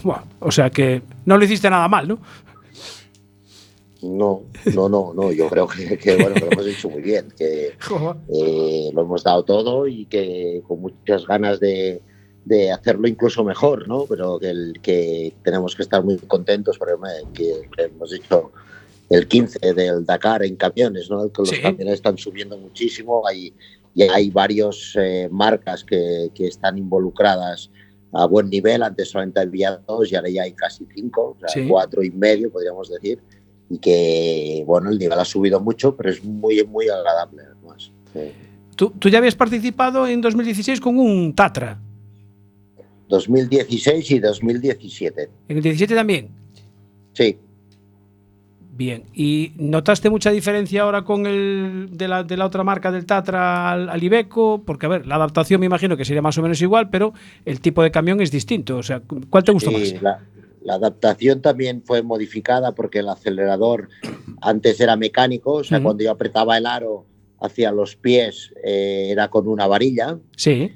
S2: Buah, o sea que no lo hiciste nada mal, ¿no?
S5: No, no, no, no, yo creo que, que, bueno, que lo hemos hecho muy bien, que eh, lo hemos dado todo y que con muchas ganas de, de hacerlo incluso mejor, ¿no? Pero que, el- que tenemos que estar muy contentos porque me- que hemos hecho el 15 del Dakar en camiones, ¿no? Que los camiones están subiendo muchísimo hay, y hay varias marcas que, que están involucradas a buen nivel, antes solamente había dos y ahora ya hay casi cinco, o sea,
S13: Sí.
S5: cuatro y medio podríamos decir y que bueno el nivel ha subido mucho pero es muy muy agradable además Sí.
S2: Tú, tú ya habías participado en 2016 con un Tatra.
S5: 2016 y 2017
S2: En el 17 también.
S5: sí
S2: Bien. ¿Y notaste mucha diferencia ahora con el de la, de la otra marca del Tatra al, al Ibeco? Porque, a ver, la adaptación me imagino que sería más o menos igual, pero el tipo de camión es distinto. O sea, ¿cuál te gustó
S5: Sí,
S2: más?
S5: La, la adaptación también fue modificada porque el acelerador antes era mecánico, o sea,
S2: Ujú.
S5: cuando yo apretaba el aro hacia los pies eh, era con una varilla
S2: Sí.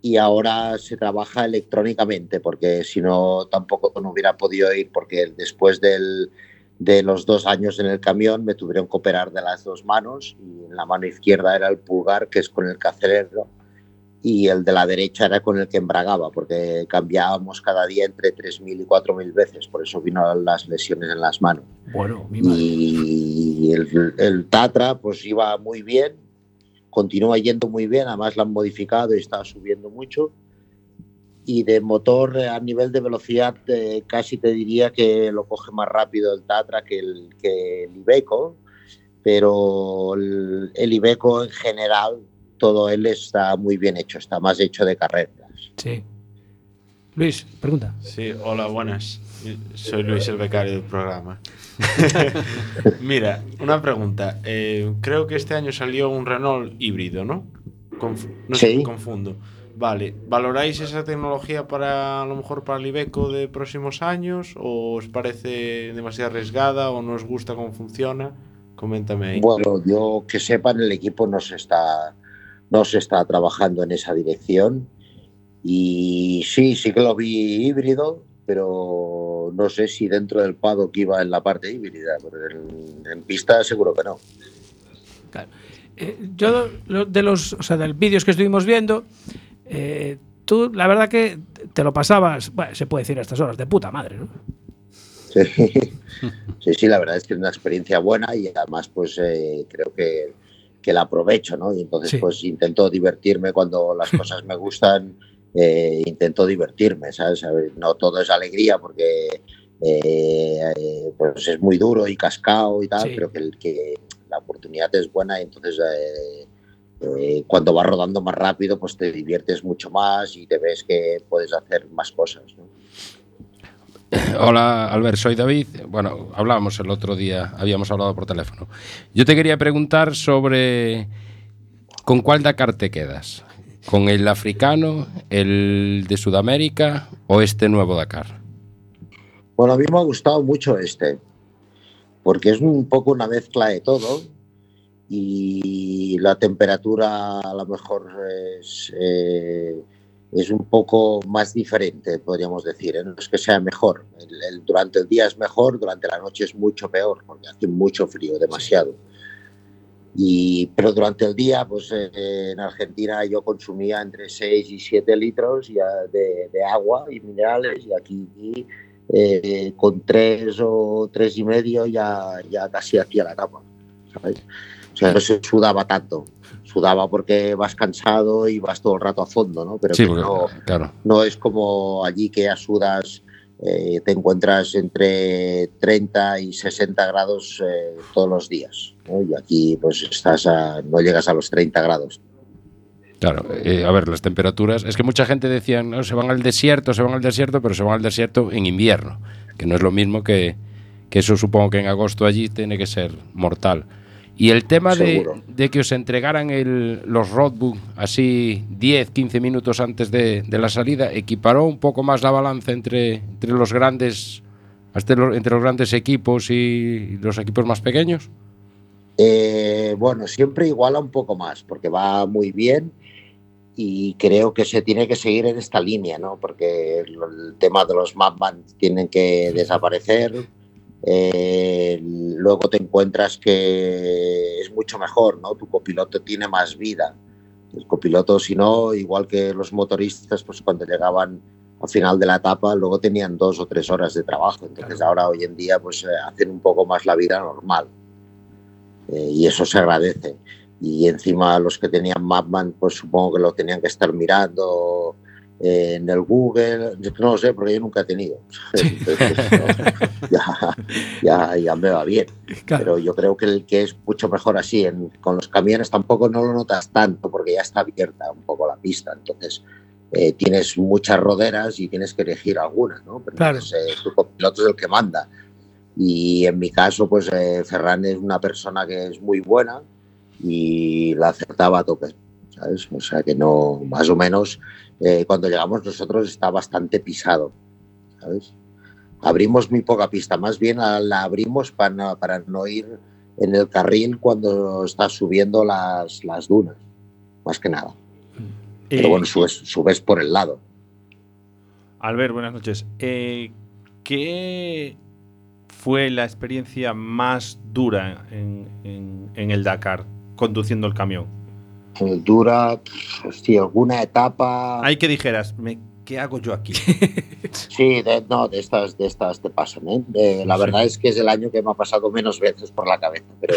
S5: y ahora se trabaja electrónicamente porque si no tampoco no hubiera podido ir porque después del- de los dos años en el camión me tuvieron que operar de las dos manos y en la mano izquierda era el pulgar que es con el que acelero y el de la derecha era con el que embragaba porque cambiábamos cada día entre 3.000 y 4.000 veces por eso vino las lesiones en las manos
S2: Bueno, mi madre.
S5: y el, el Tatra pues iba muy bien, continúa yendo muy bien, además lo han modificado y está subiendo mucho. Y de motor eh, a nivel de velocidad eh, casi te diría que lo coge más rápido el Tatra que el, que el Ibeco, pero el, el Ibeco en general todo él está muy bien hecho, está más hecho de carrera.
S2: Sí. Luis, pregunta.
S6: Sí, hola, buenas. Soy Luis, el becario del programa. Mira, una pregunta. Eh, creo que este año salió un Renault híbrido, ¿no? Conf- no sé,
S5: Sí.
S6: me confundo. Vale, ¿valoráis esa tecnología para a lo mejor para el Ibeco de próximos años? ¿O os parece demasiado arriesgada o no os gusta cómo funciona? Coméntame ahí.
S5: Bueno, yo que sepan, el equipo no se está, no se está trabajando en esa dirección. Y sí, sí que lo vi híbrido, pero no sé si dentro del paddock iba en la parte híbrida, pero en, en pista seguro que no.
S2: Eh, yo lo- de los, o sea, de los vídeos que estuvimos viendo, eh, tú la verdad que te lo pasabas, bueno, se puede decir a estas horas, de puta madre, ¿no?
S5: Sí, sí, sí, la verdad es que es una experiencia buena y además pues eh, creo que, que la aprovecho, ¿no? Y entonces
S2: Sí.
S5: pues intento divertirme cuando las cosas me gustan, eh, intento divertirme, ¿sabes? A ver, No todo es alegría porque eh, eh, pues es muy duro y cascado y tal,
S13: Sí.
S5: pero que, el- que la oportunidad es buena y entonces... eh, eh, cuando vas rodando más rápido, pues te diviertes mucho más y te ves que puedes hacer más cosas. ¿no?
S3: Hola, Albert, soy David. Bueno, hablábamos el otro día, habíamos hablado por teléfono. Yo te quería preguntar sobre con cuál Dakar te quedas, con el africano, el de Sudamérica o este nuevo Dakar.
S5: Bueno, a mí me ha gustado mucho este, porque es un poco una mezcla de todo y la temperatura a lo mejor es, eh, es un poco más diferente, podríamos decir. ¿eh? No es que sea mejor. El- el- durante el día es mejor, durante la noche es mucho peor, porque hace mucho frío, demasiado. Y, pero durante el día, pues eh, en Argentina yo consumía entre 6 y 7 litros ya de, de agua y minerales y aquí eh, con 3 o 3 y medio ya, ya casi hacía la cama. ¿sabes? O sea, no se sudaba tanto. Sudaba porque vas cansado y vas todo el rato a fondo, ¿no? Pero
S3: Sí,
S5: que
S3: porque-
S5: no,
S3: claro.
S5: no es como allí que ya sudas, eh, te encuentras entre 30 y 60 grados eh, todos los días. ¿no? Y aquí pues estás a- no llegas a los 30 grados.
S3: Claro, eh, a ver, las temperaturas. Es que mucha gente decía, no, se van al desierto, se van al desierto, pero se van al desierto en invierno, que no es lo mismo que, que eso supongo que en agosto allí tiene que ser mortal. Y el tema de,
S5: Seguro.
S3: de que os entregaran el- los roadbook así 10, 15 minutos antes de, de la salida, equiparó un poco más la balanza entre, entre los grandes hasta lo- entre los grandes equipos y los equipos más pequeños.
S5: Eh, bueno, siempre iguala un poco más, porque va muy bien y creo que se tiene que seguir en esta línea, ¿no? Porque lo- el tema de los mapbands tienen que desaparecer. Eh, luego te encuentras que es mucho mejor, ¿no? Tu copiloto tiene más vida. El copiloto, si no, igual que los motoristas, pues cuando llegaban al final de la etapa, luego tenían dos o tres horas de trabajo. Entonces ahora, hoy en día, pues eh, hacen un poco más la vida normal. Eh, y eso se agradece. Y encima los que tenían Mapman, pues supongo que lo tenían que estar mirando eh, en el Google. Yo No lo sé, porque yo nunca he tenido. Entonces, no, ya, ya, ya me va bien. Pero yo creo que, el, que es mucho mejor así. En- con los camiones tampoco no lo notas tanto, porque ya está abierta un poco la pista. Entonces eh, tienes muchas roderas y tienes que elegir alguna, ¿no? Pero
S2: Claro.
S5: entonces, eh, tu copiloto es el que manda. Y en mi caso, pues eh, Ferran es una persona que es muy buena y la acertaba a tope, ¿sabes? O sea que no, más o menos, eh, cuando llegamos nosotros está bastante pisado, ¿sabes? Abrimos muy poca pista, más bien la, la abrimos para, no- para no ir en el carril cuando estás subiendo las, las dunas, más que nada. Pero bueno, subes, subes por el lado.
S10: Albert, buenas noches. Eh, ¿Qué fue la experiencia más dura en, en- en el Dakar conduciendo el camión?
S5: Eh, Dura, pf, hostia, alguna etapa.
S10: Hay que dijeras, me- ¿qué hago yo aquí?
S5: Sí, de- no, de estas, de estas te pasan. ¿eh? Eh, la
S10: Sí.
S5: verdad es que es el año que me ha pasado menos veces por la cabeza, pero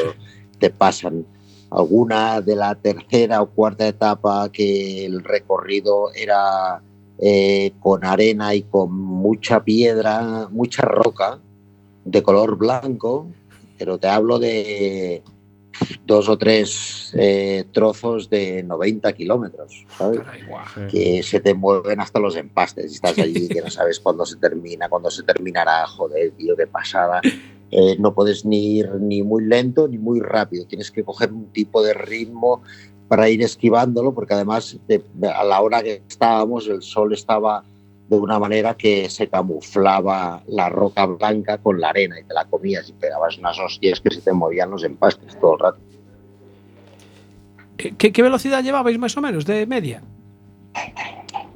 S5: te pasan. Alguna de la tercera o cuarta etapa que el recorrido era eh, con arena y con mucha piedra, mucha roca de color blanco, pero te hablo de dos o tres eh, trozos de 90 kilómetros, ¿sabes? que se te mueven hasta los empastes. Estás allí que no sabes cuándo se termina, cuándo se terminará. Joder, tío, qué pasada. Eh, no puedes ni ir ni muy lento ni muy rápido. Tienes que coger un tipo de ritmo para ir esquivándolo, porque además de- a la hora que estábamos el sol estaba de una manera que se camuflaba la roca blanca con la arena y te la comías y pegabas unas hostias que se te movían los empastes todo el rato.
S2: Eh, ¿Qué, qué velocidad llevabais más o menos de media?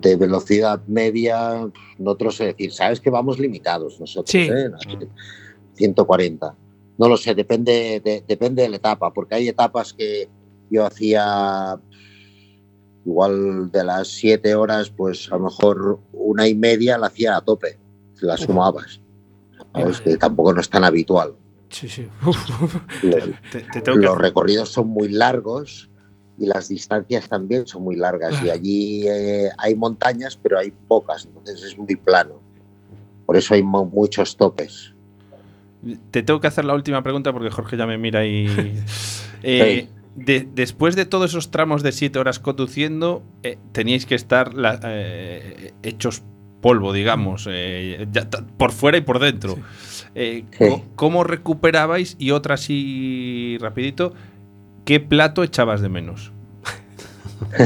S5: de velocidad media, no te lo sé decir. Sabes que vamos limitados nosotros,
S2: Sí.
S5: ¿eh? 140. No lo sé, depende de, depende de la etapa, porque hay etapas que yo hacía igual de las 7 horas, pues a lo mejor una y media la hacía a tope, la sumabas. ¿sabes? Que tampoco no es tan habitual.
S2: Sí, sí.
S5: Los recorridos son muy largos y las distancias también son muy largas. Y allí eh, hay montañas, pero hay pocas, entonces es muy plano. Por eso hay mo- muchos topes.
S10: Te tengo que hacer la última pregunta porque Jorge ya me mira y. Eh, de- después de todos esos tramos de 7 horas conduciendo, eh, teníais que estar la- eh, hechos polvo, digamos, eh, ya ta- por fuera y por dentro. Eh, co- ¿Cómo recuperabais? Y otra así rapidito, ¿qué plato echabas de menos?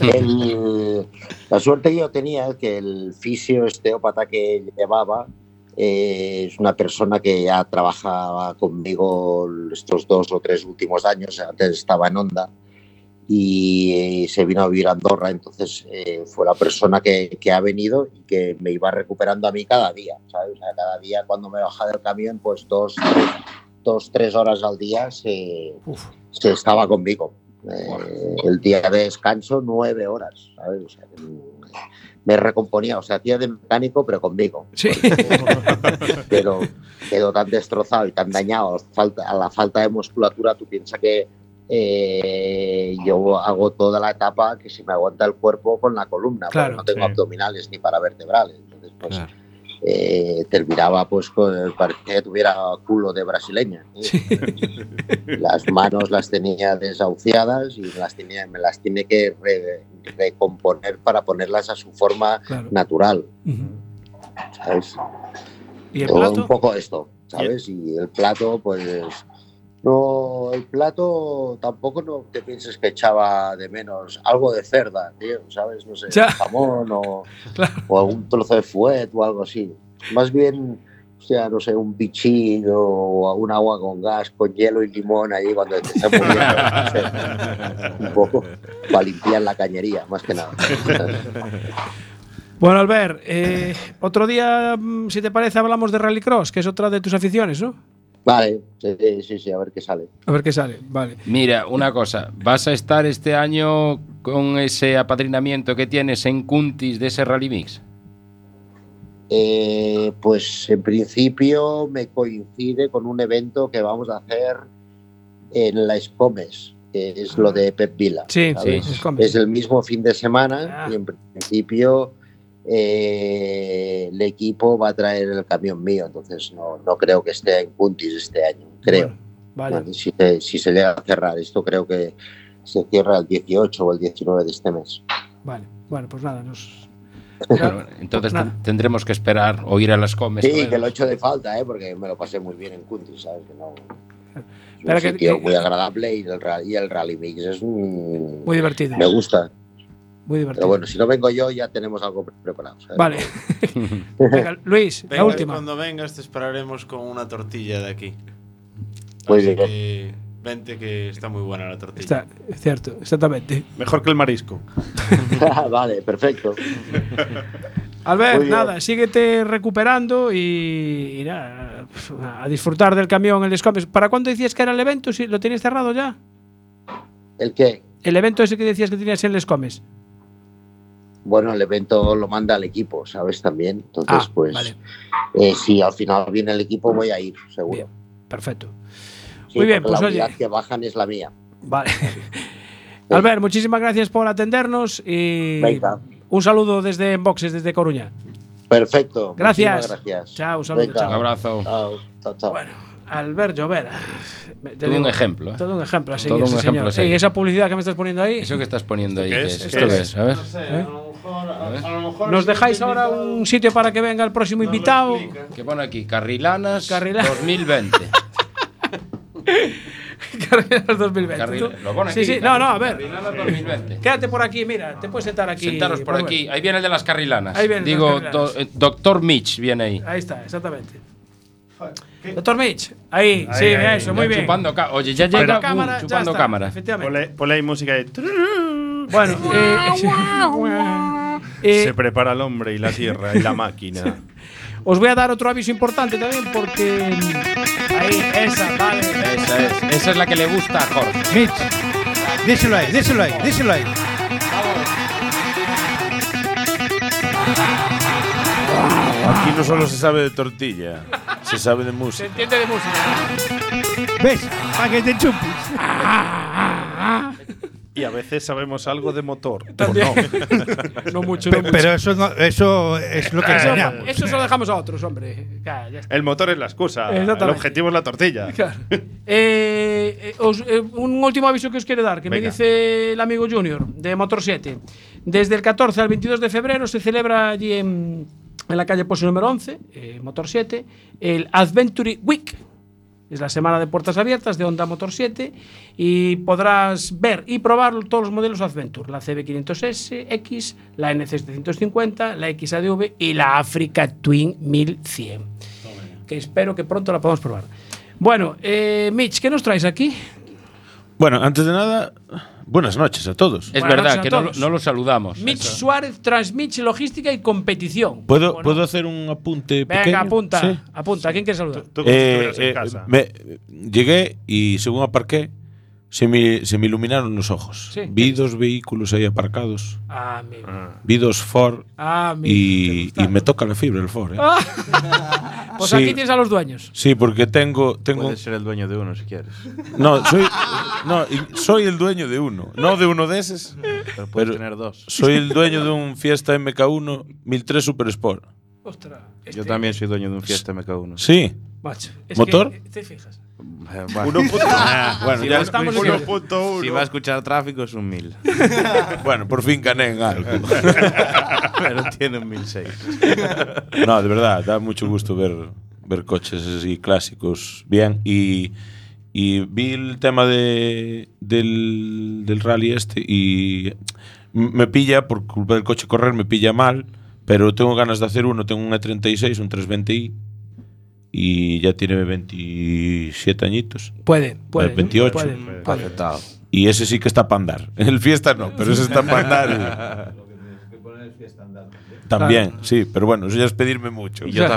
S5: El- la suerte que yo tenía es que el fisio osteópata que llevaba eh, es una persona que ya trabajaba conmigo estos dos o tres últimos años, antes estaba en Onda y eh, se vino a vivir a Andorra, entonces eh, fue la persona que, que ha venido y que me iba recuperando a mí cada día, ¿sabes? O sea, cada día cuando me bajaba del camión, pues dos, tres, dos, tres horas al día se, se estaba conmigo. Eh, el día de descanso, nueve horas, ¿sabes? O sea, que me recomponía, o sea, hacía de mecánico, pero conmigo. pero quedó tan destrozado y tan dañado a la falta, a la falta de musculatura, tú piensas que eh, yo hago toda la etapa que se me aguanta el cuerpo con la columna, porque
S13: Claro,
S5: no tengo
S13: sí.
S5: abdominales ni para vertebrales. Entonces, pues, eh, terminaba pues con, parecía que tuviera culo de brasileña. Las manos las tenía desahuciadas y las tenía, me las tiene que re- recomponer para ponerlas a su forma
S2: Claro.
S5: natural. ¿sabes?
S2: ¿Y el
S5: Todo
S2: plato?
S5: Un poco esto, ¿sabes? Y el plato, pues. No, el plato tampoco no te pienses que echaba de menos algo de cerda, tío, ¿sabes? No sé,
S2: Ya.
S5: jamón o, o algún trozo de fuet o algo así. Más bien o sea, no sé, un bichín o un agua con gas, con hielo y limón allí cuando te estás muriendo. no sé, un poco para limpiar la cañería, más que nada.
S2: Bueno, Albert, eh, otro día, mm, si te parece, hablamos de Rallycross, que es otra de tus aficiones, ¿no?
S5: Vale, sí, sí, sí, a ver qué sale.
S2: A ver qué sale, vale.
S3: Mira, una cosa, ¿vas a estar este año con ese apadrinamiento que tienes en Cuntis de ese Rally Mix?
S5: Eh, pues en principio me coincide con un evento que vamos a hacer en la Escomes, que es lo de Pep Vila.
S2: Sí, Ah.
S5: ¿sabes?
S2: sí, Escomes.
S5: Es el mismo fin de semana y en principio eh, el equipo va a traer el camión mío, entonces no, no creo que esté en Puntis este año, creo.
S2: Vale.
S5: Bueno, Si, se- si se llega a cerrar, esto creo que se cierra el 18 o el 19 de este mes.
S2: Vale, bueno, pues nada, nos.
S3: Claro, entonces
S5: Nada.
S3: ten- tendremos que esperar o ir a las comes.
S5: Sí,
S3: joder.
S5: que lo echo de falta, ¿eh? porque me lo pasé muy bien en Cuntis, ¿sabes? Que no, es un
S2: Espera que-
S5: sitio
S2: que-
S5: muy agradable y el, ra- y el Rally Mix es un...
S2: Muy divertido.
S5: Me gusta. Pero
S2: Muy divertido.
S5: bueno, si no vengo yo ya tenemos algo pre- preparado. ¿sabes?
S2: Vale. Venga, Luis, la
S6: Venga,
S2: última.
S6: Cuando vengas te esperaremos con una tortilla de aquí.
S5: Muy
S6: Así
S5: bien.
S6: que vente que está muy buena la tortilla.
S2: Está, es cierto, exactamente.
S10: Mejor que el marisco.
S5: vale, perfecto.
S2: Albert,
S5: Muy bien.
S2: nada, síguete recuperando y, y nada, a disfrutar del camión, el Descomes. ¿Para cuándo decías que era el evento? ¿Si ¿Lo tienes cerrado ya?
S5: ¿El qué?
S2: El evento ese que decías que tenías en Les Comes.
S5: Bueno, el evento lo manda el equipo, ¿sabes? También. Entonces,
S2: Ah,
S5: pues
S2: vale.
S5: eh, si al final viene el equipo voy a ir, seguro.
S2: Perfecto.
S5: Sí,
S2: Muy bien,
S5: porque
S2: pues
S5: la
S2: oye.
S5: unidad que bajan es la mía.
S2: Vale. Albert, muchísimas gracias por atendernos y
S5: Venga.
S2: un saludo desde Boxes, desde Coruña.
S5: Perfecto.
S2: Gracias.
S5: muchísimas Gracias.
S2: Chao, un saludo,
S5: Venga,
S2: chao. Un
S3: abrazo.
S2: Ah.
S5: Chao, chao, chao.
S2: Albert Llovera. Te
S3: Todo un ejemplo, ¿eh?
S2: Todo un ejemplo. Así
S3: Todo un
S2: señor.
S3: ejemplo a
S2: Sí,
S3: seguir.
S2: esa publicidad que me estás poniendo ahí.
S3: Eso que estás poniendo ahí,
S2: qué
S3: ¿qué
S2: es?
S3: es?
S2: ¿Esto
S3: ¿Esto qué
S2: qué
S3: es? A ver.
S2: ¿Eh? ¿Nos dejáis ahora un sitio para que venga el próximo invitado?
S3: ¿Qué pone aquí? Carrilanas
S2: Carrila-
S3: 2020.
S2: Carrilanas 2020.
S3: Carril-
S2: Tú-
S3: lo pone
S2: sí,
S3: aquí,
S2: sí,
S3: ¿no?
S2: no, no, a ver.
S3: Carrilanas 2020.
S2: Quédate por aquí, mira, te puedes sentar aquí. Pues
S3: Sentaros por
S2: Manuel.
S3: aquí. Ahí viene el de las carrilanas.
S2: Ahí viene el de
S3: Digo,
S2: las carrilanas. Pues
S3: do- eh, doctor Mitch viene ahí.
S2: Ahí está, exactamente. Doctor Mitch, ahí, sí, eso, muy bien.
S3: Chupando ca- Oye, ya
S2: Chupando cámara,
S3: llega cámara,
S2: ya
S3: chupando
S2: está,
S3: cámara.
S2: efectivamente.
S10: Ponle, ponle ahí música de.
S2: Bueno, eh, eh,
S10: Se prepara el hombre y la tierra y la máquina.
S2: os voy a dar otro aviso importante también porque. Ahí, esa, vale.
S3: Esa es, esa es la que le gusta a Jorge.
S13: Mitch, díselo ahí, díselo ahí, díselo ahí.
S11: Aquí no solo se sabe de tortilla, se sabe de música.
S2: entiende de música.
S13: ¿Ves? Para que te chupes.
S10: Y a veces sabemos algo de motor.
S2: También.
S10: O no.
S2: No mucho, no
S13: Pues Pe-
S2: mucho.
S13: Pero eso, no- eso es lo que
S10: Eso-
S13: enseñamos.
S2: Eso se lo dejamos a otros, hombre. Ya, ya está.
S10: El motor es la excusa. El
S2: Exactamente.
S10: objetivo es la tortilla.
S2: Claro. Eh, eh, os- eh, un último aviso que os quiero dar, que me
S10: Venga.
S2: dice el amigo Junior de Motor 7. Desde el 14 al 22 de febrero se celebra allí en, en la calle Pozo número 11, eh, Motor 7, el Adventure Week. Es la semana de puertas abiertas de Honda Motor 7 y podrás ver y probar todos los modelos Adventure, la CB500S, X, la NC750, la XADV y la Africa Twin 1100, que espero que pronto la podamos probar. Bueno, eh, Mitch, ¿qué nos traes aquí?
S11: Bueno, antes de nada, buenas noches a todos.
S3: Es
S2: Buenas noches
S3: verdad
S2: a
S3: que no, lo-
S2: todos.
S3: no lo saludamos.
S2: Mitch Suárez transmite logística y competición.
S11: ¿Puedo,
S2: ¿O no?
S11: ¿Puedo hacer un apunte
S2: Venga,
S11: pequeño?
S2: apunta,
S11: Sí.
S2: apunta. ¿A quién quieres saludar?
S11: Eh, eh, me- llegué y según aparqué, se me, se me iluminaron los ojos.
S2: Sí.
S11: Vi dos vehículos ahí aparcados.
S2: Ah, amigo.
S11: Vi dos Ford
S2: Ah, amigo.
S11: y, y me toca la fibra el Ford. ¿eh?
S2: Ah. pues
S11: Sí.
S2: aquí tienes a los dueños.
S11: Sí, porque tengo, tengo
S12: Puedes ser el dueño de uno si quieres.
S11: No, soy, no, y- soy el dueño de uno. No de uno de esos.
S12: Pero puedes
S11: pero
S12: tener dos.
S11: Soy el dueño de un Fiesta MK1 1003 Super Sport.
S2: Ostras, este
S12: Yo también soy dueño de un Fiesta MK1.
S11: Sí.
S2: macho. Es
S11: ¿Motor?
S2: que, eh, te fijas.
S12: Eh, bueno.
S11: Uno punto-
S12: Ah, bueno,
S11: Si
S12: ya
S11: no
S12: es-
S11: estamos
S12: si-
S11: en- Uno punto uno.
S12: Si va a escuchar tráfico es un mil.
S11: Bueno, por fin gané en algo.
S12: Pero tiene un mil seis.
S11: No, de verdad, da mucho gusto ver, ver coches así clásicos bien. Y, y vi el tema de, del, del rally este y m- me pilla, por culpa del E coche correr, me pilla mal, pero tengo ganas de hacer uno. Tengo un E36, un 320i y ya tiene 27 añitos.
S2: Puede, puede,
S11: Eh, 28.
S2: puede, puede. Afectado.
S11: Y ese sí que está para andar. El fiesta no, pero ese está para andar. También, sí, pero bueno, eso ya es pedirme mucho.
S2: no,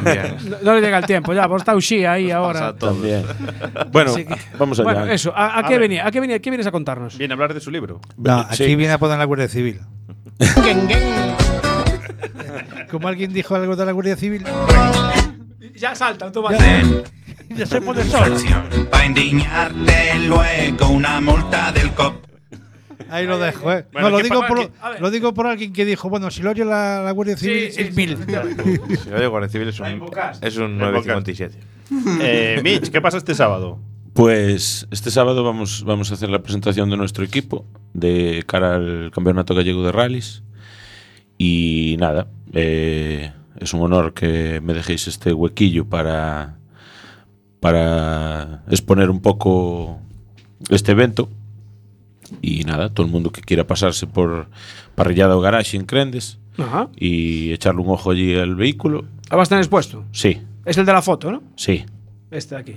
S2: no le llega el tiempo, ya, vos está Uxía ahí ahora.
S11: También. Bueno,
S2: Así que-
S11: vamos allá.
S2: Bueno, eso, ¿a, a
S10: A
S2: qué
S10: ver.
S2: venía? ¿A qué venía? ¿Qué vienes a contarnos?
S10: Viene a hablar de su libro.
S13: No, Ah, aquí
S10: Sí.
S13: viene a poner la Guardia Civil. Como alguien dijo algo de la Guardia Civil.
S2: Ya salta, tú vas.
S13: Ya se pone sol.
S14: Para indignarte luego una multa del cop.
S13: Ahí lo dejo, eh.
S14: Bueno,
S13: no, lo
S14: ¿qué
S13: digo,
S14: pasa?
S13: por,
S14: ¿Qué? A ver.
S13: lo digo por alguien que dijo, bueno, si lo oye la, la Guardia Civil,
S2: sí,
S13: es mil.
S15: Si lo digo, Guardia Civil es un, es un
S10: La
S15: 957.
S10: Eh, Mitch, ¿qué pasa este sábado?
S11: Pues este sábado vamos, vamos a hacer la presentación de nuestro equipo de cara al Campeonato Gallego de Rallys. Y nada, eh, es un honor que me dejéis este huequillo para, para exponer un poco este evento. Y nada, todo el mundo que quiera pasarse por Parrillada o Garage en Crendes
S2: Ajá.
S11: y echarle un ojo allí al vehículo.
S2: Ah, va a estar expuesto.
S11: Sí,
S2: Es el de la foto, ¿no?
S11: sí.
S2: Este de aquí.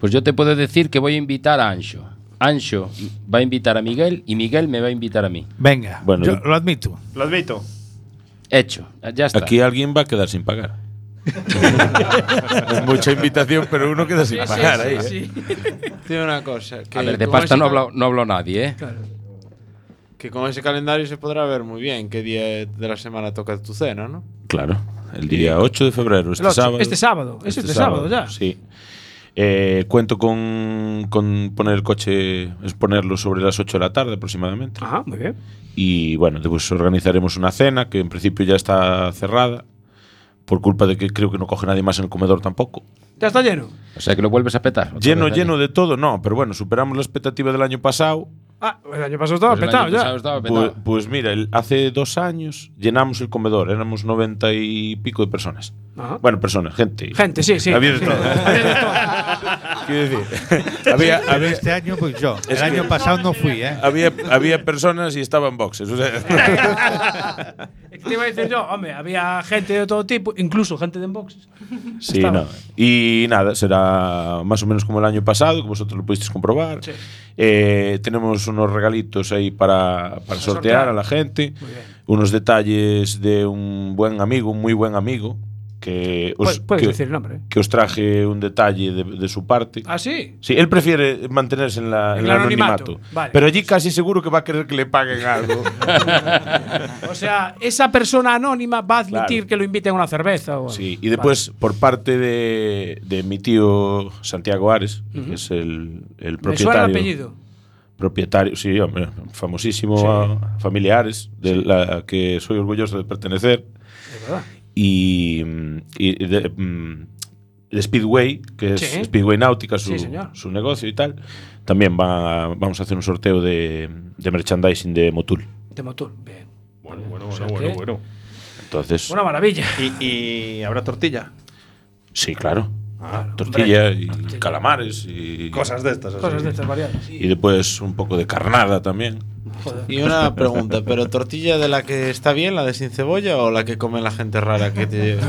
S3: Pues yo te puedo decir que voy a invitar a Ancho. Ancho va a invitar a Miguel y Miguel me va a invitar a mí.
S13: Venga,
S11: Bueno,
S13: yo lo admito.
S10: Lo admito.
S3: Hecho. Ya está.
S11: Aquí alguien va a quedar sin pagar. es mucha invitación, pero uno queda sin pagar ahí. ¿eh?
S6: Tiene una cosa. Que
S3: a ver, de
S6: con
S3: pasta
S6: ese
S3: no
S6: cal-
S3: habló, no habló nadie, ¿eh?
S6: Que con ese calendario se podrá ver muy bien qué día de la semana toca tu cena, ¿no?
S11: Claro, el día 8 de febrero, este
S6: El ocho,
S11: sábado.
S6: este sábado,
S2: es este sábado ya.
S11: Sí. Eh, cuento con, con poner el coche, exponerlo sobre las 8 de la tarde aproximadamente.
S2: Ajá, muy bien.
S11: Y bueno, después organizaremos una cena que en principio ya está cerrada, por culpa de que creo que no coge nadie más en el comedor tampoco.
S2: Ya está lleno.
S3: O sea que lo vuelves a petar. otra
S11: Lleno,
S3: vez, Dani.
S11: lleno de todo, no, pero bueno, superamos la expectativa del año pasado.
S2: Ah, el año pasado estaba
S3: Pues el
S2: petado
S3: año pasado
S2: ya.
S3: estaba
S11: Pues,
S3: petado.
S11: pues mira, el- hace dos años llenamos el comedor, éramos noventa y pico de personas.
S2: Ajá.
S11: Bueno, personas, gente.
S2: Gente, sí, sí.
S11: Había de todo. Quiero decir, había,
S13: Pero
S11: había-
S13: este año, pues yo.
S11: Es
S13: el
S11: que-
S13: año pasado no fui, ¿eh?
S11: había- había personas y estaban boxes. o sea,
S2: Te iba a decir yo, hombre, había gente de todo tipo, incluso gente de boxes.
S11: sí, no. Y nada, será más o menos como el año pasado, que vosotros lo pudisteis comprobar. Eh, tenemos unos regalitos ahí para, para sortear,
S10: sortear.
S11: a la gente. Unos detalles de un buen amigo, un muy buen amigo. Que os,
S2: Puedes, puedes
S11: que-
S2: decir el nombre. ¿eh?
S11: que os traje un detalle de, de su parte.
S2: Ah, sí.
S11: Sí, él prefiere mantenerse en, la,
S2: En
S11: en el
S2: el anonimato.
S11: anonimato.
S2: Vale.
S11: Pero allí casi seguro que va a querer que le paguen algo.
S2: O sea, esa persona anónima va a admitir que lo inviten a una cerveza. O algo.
S11: Sí, y después, por parte de, de mi tío Santiago Ares,
S2: Ujú.
S11: que es el, el
S2: Me suena el
S11: propietario.
S2: apellido.
S11: propietario, sí, hombre, famosísimo, a- familia Ares, de la que soy orgulloso de pertenecer. Y, mm, y de, mm, de Speedway, que es
S10: Sí.
S11: Speedway Náutica, su,
S10: Sí, señor.
S11: su negocio y tal. También va, vamos a hacer un sorteo de, de merchandising de Motul.
S2: De motor. Bien. Bueno, bueno,
S10: Bueno, bueno, bueno.
S11: Entonces,
S2: Una maravilla.
S10: ¿Y, y habrá tortilla?
S11: sí, claro.
S10: Ah,
S11: tortilla y calamares y
S10: Cosas de estas, así.
S2: Cosas de estas variadas.
S11: Y después un poco de carnada también.
S6: Y una pregunta, ¿pero tortilla de la que está bien, la de sin cebolla o la que come la gente rara que te lleva?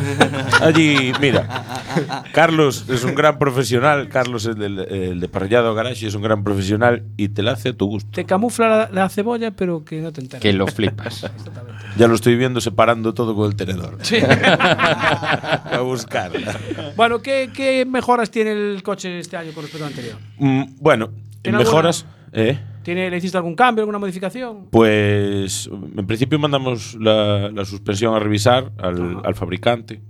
S11: Allí, mira, Carlos es un gran profesional. Carlos, el, del- el de Parrillado Garage, es un gran profesional y te la hace a tu gusto.
S2: Te camufla la, la cebolla, pero que no te enteras.
S11: Que lo flipas. Ya lo estoy viendo separando todo con el tenedor.
S2: Sí.
S11: a buscarla.
S2: Bueno, ¿qué, qué mejoras tiene el coche este año con respecto al anterior?
S11: Mm, bueno,
S2: ¿Tiene
S11: mejoras. ¿eh?
S2: ¿Tiene, ¿Le hiciste algún cambio, alguna modificación?
S11: Pues en principio mandamos la, la suspensión a revisar al, al fabricante,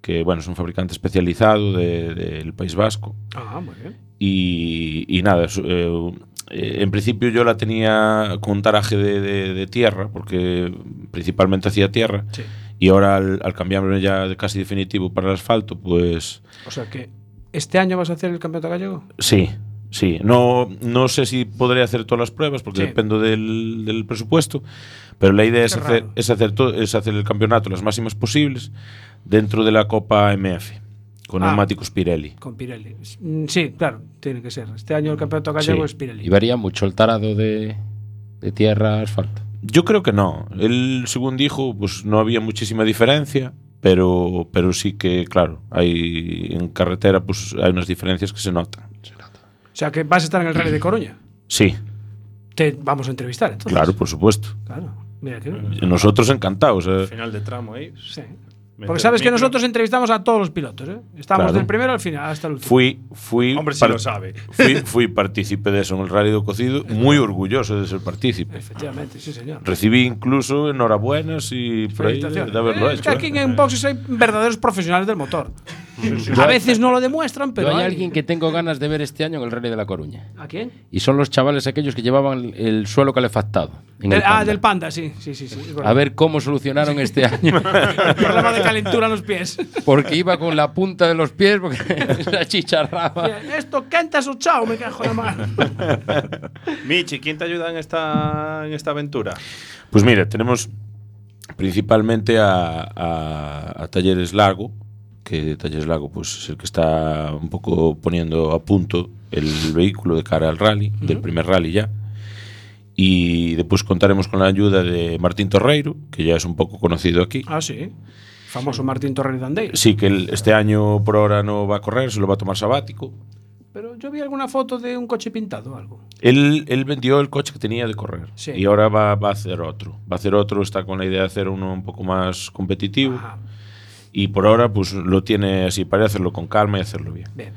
S11: que bueno, es un fabricante especializado de- del País Vasco.
S2: Ah, muy bien.
S11: Y, y nada, su- eh, eh, en principio yo la tenía con un taraje de, de- de tierra, porque principalmente hacía tierra.
S2: Sí.
S11: Y ahora al, al cambiarme ya de casi definitivo para el asfalto, pues
S2: O sea que este año vas a hacer el campeonato gallego.
S11: sí, sí. No, no sé si podré hacer todas las pruebas, porque
S2: Sí.
S11: dependo del, del presupuesto, pero la idea es hacer, es, hacer to- es hacer el campeonato las máximas posibles dentro de la Copa MF, con
S2: Ah.
S11: neumáticos Pirelli.
S2: Con Pirelli. Mm, Sí, claro, tiene que ser. Este año el campeonato gallego es Pirelli.
S3: Y varía mucho el tarado de, de tierra a asfalto.
S11: Yo creo que no. Él, según dijo, pues no había muchísima diferencia. pero, pero sí que, claro, hay en carretera pues hay unas diferencias que se notan.
S2: O sea, que vas a estar en el Rally de Coruña.
S11: Sí,
S2: Te vamos a entrevistar, entonces.
S11: claro, por supuesto.
S2: Claro. Mira que-
S11: Nosotros encantados. eh.
S10: Final de tramo ahí.
S2: Sí. Porque sabes que nosotros entrevistamos a todos los pilotos, ¿eh? Estamos
S11: Claro.
S2: del primero al final, hasta el último.
S11: Fui, fui.
S10: Hombre, si lo sabe.
S11: Fui, fui partícipe de eso en el Rally do Cocido, muy orgulloso de ser partícipe.
S2: Efectivamente, sí, señor.
S11: Recibí incluso enhorabuenas y por ahí de,
S2: Felicitaciones.
S11: de haberlo
S2: Eh, es que
S11: hecho.
S2: aquí
S11: eh.
S2: en boxes hay verdaderos profesionales del motor.
S3: sí.
S2: A veces no lo demuestran, pero
S3: Yo hay
S2: hay.
S3: alguien que tengo ganas de ver este año en el Rally de la Coruña.
S2: ¿A quién?
S3: Y son los chavales aquellos que llevaban el, el suelo calefactado. en el
S2: Del- ah,
S3: Panda.
S2: del panda, sí. sí, sí, sí es verdad.
S3: A ver cómo solucionaron este año.
S2: El problema de calentura en los pies.
S3: Porque iba con la punta de los pies porque se achicharraba.
S2: Esto cantas o chao, me cago en la mano.
S10: Michi, ¿quién te ayuda en esta, en esta aventura?
S11: Pues mira, tenemos principalmente a, a- a Talleres Lago, que Talleres Lago pues, es el que está un poco poniendo a punto el vehículo de cara al rally, del primer rally ya. Y después contaremos con la ayuda de Martín Torreiro, que ya es un poco conocido aquí.
S2: Ah, sí. Famoso Martín Torres Dandei.
S11: Sí, que él este año por ahora no va a correr, se lo va a tomar sabático.
S2: Pero yo vi alguna foto de un coche pintado o algo.
S11: Él, él vendió el coche que tenía de correr
S2: Sí.
S11: y ahora va, va a hacer otro. Va a hacer otro, está con la idea de hacer uno un poco más competitivo y por ahora pues lo tiene así para hacerlo con calma y hacerlo bien.
S2: Bien,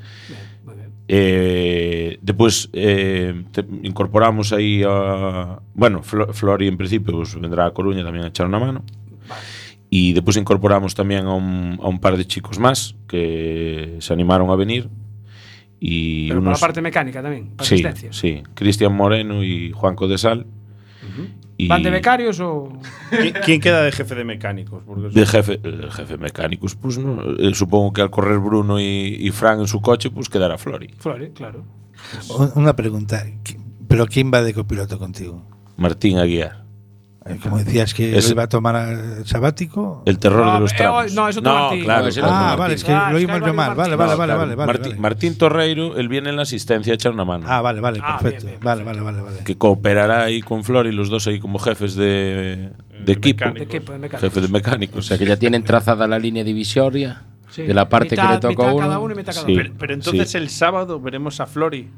S11: Eh, después eh, te- incorporamos ahí a... Bueno, Flo- Flori en principio pues, vendrá a Coruña también a echar una mano. Y después incorporamos también a un, a un par de chicos más que se animaron a venir. Y
S2: Pero por la
S11: unos-
S2: parte mecánica también, para
S11: Sí,
S2: asistencia.
S11: sí. Cristian Moreno y Juan Codesal. y
S2: ¿Van de becarios o.?
S10: ¿Qui- ¿Quién queda de jefe de mecánicos? Porque
S11: Pues de jefe, el jefe mecánicos, pues no, eh, supongo que al correr Bruno y, y Fran en su coche, pues quedará Flori.
S2: Flores, claro.
S16: Un- Una pregunta. ¿qui- ¿Pero quién va de copiloto contigo?
S11: Martín Aguiar.
S16: Eh, Como decías que
S11: Es-
S16: lo iba a tomar eh, sabático.
S11: El terror
S2: Ah,
S11: de los
S16: eh,
S11: tramos.
S16: oh, no, eso todo Martín.
S11: claro,
S16: Ah,
S11: ese era otro
S16: vale,
S11: Martín.
S16: es que Ah, lo es oí que mal hay yo mal. varios Vale, vale,
S11: No,
S16: vale, vale, vale,
S11: Martín,
S16: vale.
S11: Martín Torreiro, él viene en la asistencia a echar una mano.
S16: Ah, vale, vale, perfecto. vale, vale, vale, vale.
S11: Que cooperará ahí con Flori, los dos ahí como jefes de, de equipo.
S3: mecánicos. De equipo, de mecánicos.
S11: Jefe de mecánicos.
S3: O sea que ya tienen trazada la línea divisoria de la parte que le toca a uno. Sí,
S10: pero, pero entonces
S11: sí.
S10: el sábado veremos a Flori.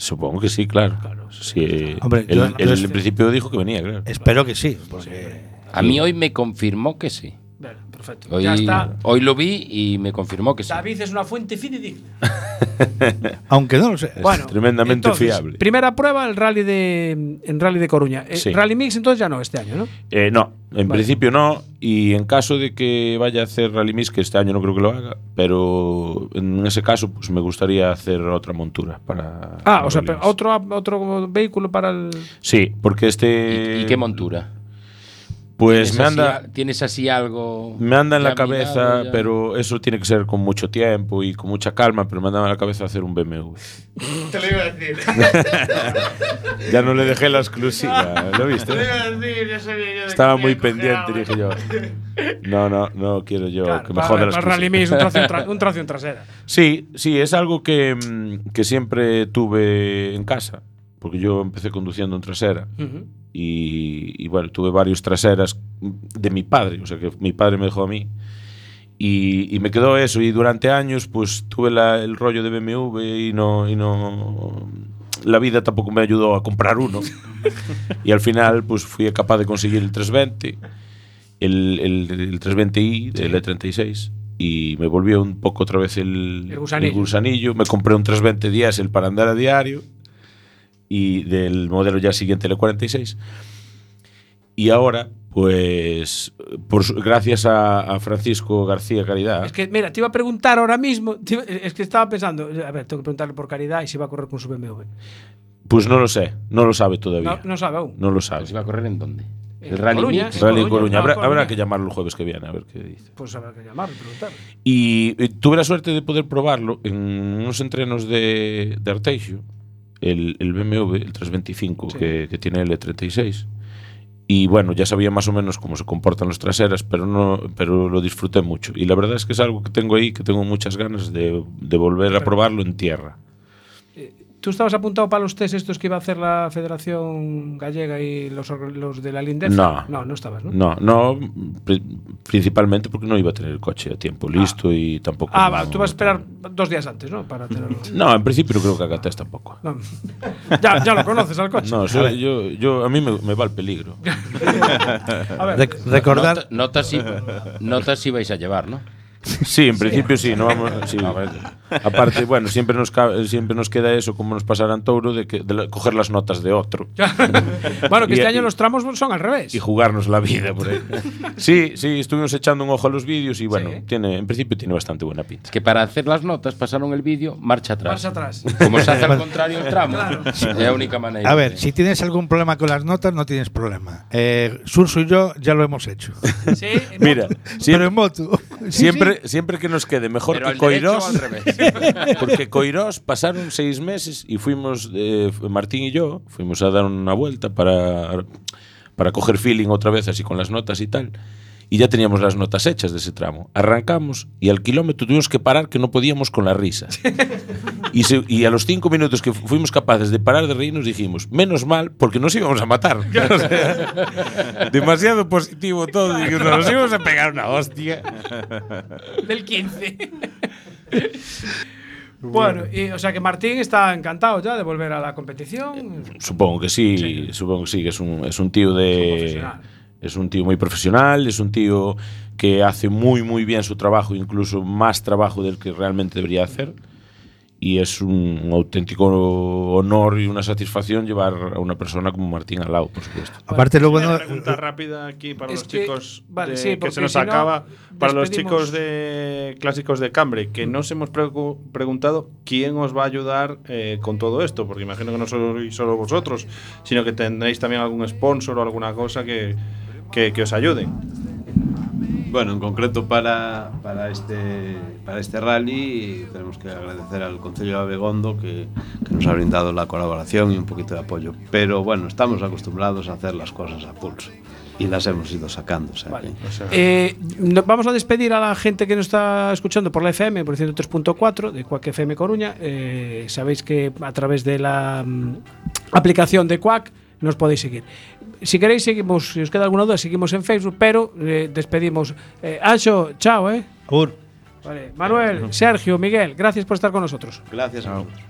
S11: Supongo que sí, claro. Sí,
S16: Hombre,
S11: él,
S16: yo-
S11: él
S16: yo-
S11: en principio dijo que venía, claro.
S16: Espero que sí, porque
S3: A mí hoy me confirmó que sí.
S2: Bueno, perfecto.
S3: Hoy,
S2: Ya está.
S3: hoy lo vi y me confirmó que sí.
S2: David es una fuente fidedigna.
S16: Aunque no lo sé.
S2: Bueno, entonces, Primera prueba, el rally de, en Rally de Coruña. Eh,
S11: Sí.
S2: Rally Mix, entonces ya no, este año, ¿no?
S11: Eh, no, en
S2: Vale.
S11: principio no. Y en caso de que vaya a hacer Rally Mix, que este año no creo que lo haga, pero en ese caso, pues me gustaría hacer otra montura para.
S2: Ah,
S11: para
S2: o sea,
S11: Rally
S2: pero
S11: Mix.
S2: otro, otro vehículo para el.
S11: Sí, porque este.
S3: ¿Y- y qué montura?
S11: Pues
S3: ¿Tienes
S11: me
S3: así
S11: anda.
S3: a- ¿Tienes así algo?
S11: Me anda en la
S3: ya mirado,
S11: cabeza,
S3: ya?
S11: pero eso tiene que ser con mucho tiempo y con mucha calma, pero me anda en la cabeza hacer un BMW.
S14: Te lo iba a decir.
S11: ya no le dejé la exclusiva, ¿lo viste?
S14: Te lo iba a decir, ya sabía yo de
S11: Estaba
S14: que
S11: muy
S14: tenía que
S11: pendiente,
S14: coger
S11: dije yo. No, no, no quiero yo que me
S2: para-
S11: joda la
S2: para Rally
S11: exclusiva.
S2: Mix, un tracción, tra- un tracción trasera.
S11: Sí, sí, es algo que, mm, que siempre tuve en casa, porque yo empecé conduciendo en trasera.
S2: Ujú.
S11: y, y, bueno, tuve varios traseras de mi padre, o sea que mi padre me dejó a mí. Y, y me quedó eso, y durante años pues tuve la- el rollo de BMW y no, y no... La vida tampoco me ayudó a comprar uno. y al final pues fui capaz de conseguir el 320, el, el, el 320i del E36. Y me volvió un poco otra vez el,
S2: El gusanillo.
S11: gusanillo. Me compré un 320 diésel para andar a diario y del modelo ya siguiente, el E 46. Y ahora, pues, por su- gracias a, a Francisco García Caridad,
S2: Es que, mira, te iba a preguntar ahora mismo. te iba- es que estaba pensando, a ver, tengo que preguntarle por caridad y si va a correr con su BMW.
S11: pues no lo sé, no lo sabe
S2: No,
S11: todavía.
S2: no sabe aún.
S11: No, lo sabe.
S3: ¿Se va Pues a correr en dónde?
S2: En
S3: El Rally
S2: Coruña,
S3: Mix.
S2: en
S11: Rally
S2: Coruña,
S11: Coruña.
S2: no,
S11: Habrá,
S2: Coruña.
S11: habrá que llamarlo el jueves que viene, a ver qué dice.
S2: Pues habrá que llamar, preguntar.
S11: Y, y Eh, tuve la suerte de poder probarlo en unos entrenos de, de Arteixo, el, el BMW, el 325, que, que tiene el E E36. Y bueno, ya sabía más o menos cómo se comportan los traseras, pero, no, pero lo disfruté mucho. Y la verdad es que es algo que tengo ahí, que tengo muchas ganas de, de volver a probarlo en tierra.
S2: Tú estabas apuntado para los test estos que iba a hacer la Federación Gallega y los, or- los de la Lindef.
S11: No.
S2: no, no estabas, ¿no?
S11: No, no, pri- principalmente porque no iba a tener el coche a tiempo listo y tampoco.
S2: Ah,
S11: no-
S2: va, tú vas a esperar dos días antes, ¿no? Para tenerlo.
S11: No, en principio creo que a Catés tampoco.
S2: No. Ya, ya lo conoces al coche.
S11: No,
S2: A
S11: yo,
S2: ver.
S11: yo, yo- a mí me, me va el peligro.
S2: A ver.
S11: Rec-
S3: recordar-
S11: Nota- notas si-
S3: Notas si vais a llevar, ¿no?
S11: Sí, en principio sí. no vamos, sí. Aparte, bueno, siempre nos, ca- siempre nos queda eso, como nos pasará en Touro, de, que, de la- coger las notas de otro.
S2: Bueno, que
S11: Y-
S2: este
S11: y-
S2: año los tramos son al revés.
S11: y jugarnos la vida por ahí. Sí, sí, estuvimos echando un ojo a los vídeos y bueno, tiene, en principio tiene bastante buena pinta.
S3: Que para hacer las notas pasaron el vídeo marcha atrás.
S2: Marcha atrás.
S3: Como se hace al
S16: Bueno.
S3: contrario el tramo. Es la única manera.
S16: A ver, si tienes algún problema con las notas, no tienes problema. Eh, Surso y yo ya lo hemos hecho.
S11: Mira,
S16: Pero
S11: siempre,
S16: en moto.
S11: siempre, siempre que nos quede mejor
S3: Pero
S11: que
S3: al derecho
S11: Coirós,
S3: o al revés.
S11: porque Coirós pasaron seis meses y fuimos, eh, Martín y yo, fuimos a dar una vuelta para, para coger feeling otra vez así con las notas y tal. Y ya teníamos las notas hechas de ese tramo. Arrancamos y al kilómetro tuvimos que parar que no podíamos con la risa. Y, se- y a los cinco minutos que fu- fuimos capaces de parar de reírnos dijimos, menos mal, porque nos íbamos a matar. O sea, demasiado positivo todo. y que nos íbamos a pegar una hostia.
S2: Del 15. bueno, y, o sea que Martín está encantado ya de volver a la competición.
S11: Supongo que sí, supongo que sí, que es un, es un tío de... Es un tío muy profesional, es un tío que hace muy, muy bien su trabajo, incluso más trabajo del que realmente debería hacer. Y es un auténtico honor y una satisfacción llevar a una persona como Martín al lado, por supuesto.
S16: Aparte, lo
S10: Una
S16: bueno.
S10: pregunta rápida aquí para
S2: eh, Es
S10: los
S2: que-
S10: chicos
S2: vale,
S10: de-
S2: sí,
S10: que
S2: porque
S10: se nos
S2: si no,
S10: acaba. Para los
S2: despedimos. Mm.
S10: chicos de clásicos de Cambre, que nos hemos preocu- preguntado quién os va a ayudar eh, con todo esto, porque imagino que no sois solo vosotros, sino que tendréis también algún sponsor o alguna cosa que, que- que os ayude.
S7: Bueno, en concreto para, para, este, para este rally tenemos que agradecer al Concello de Abegondo que, que nos ha brindado la colaboración y un poquito de apoyo. Pero bueno, estamos acostumbrados a hacer las cosas a pulso y las hemos ido sacando. o sea que-
S2: Eh, no- vamos a despedir a la gente que nos está escuchando por la FM, por 103.4 de Quack FM Coruña. Eh, sabéis que a través de la mm, aplicación de Quack nos podéis seguir. Si queréis, seguimos. Si os queda alguna duda, seguimos en Facebook, pero eh, despedimos. Eh, Anxo, chao, ¿eh? Vale, Manuel, Sergio, Miguel, gracias por estar con nosotros.
S7: Gracias a vosotros.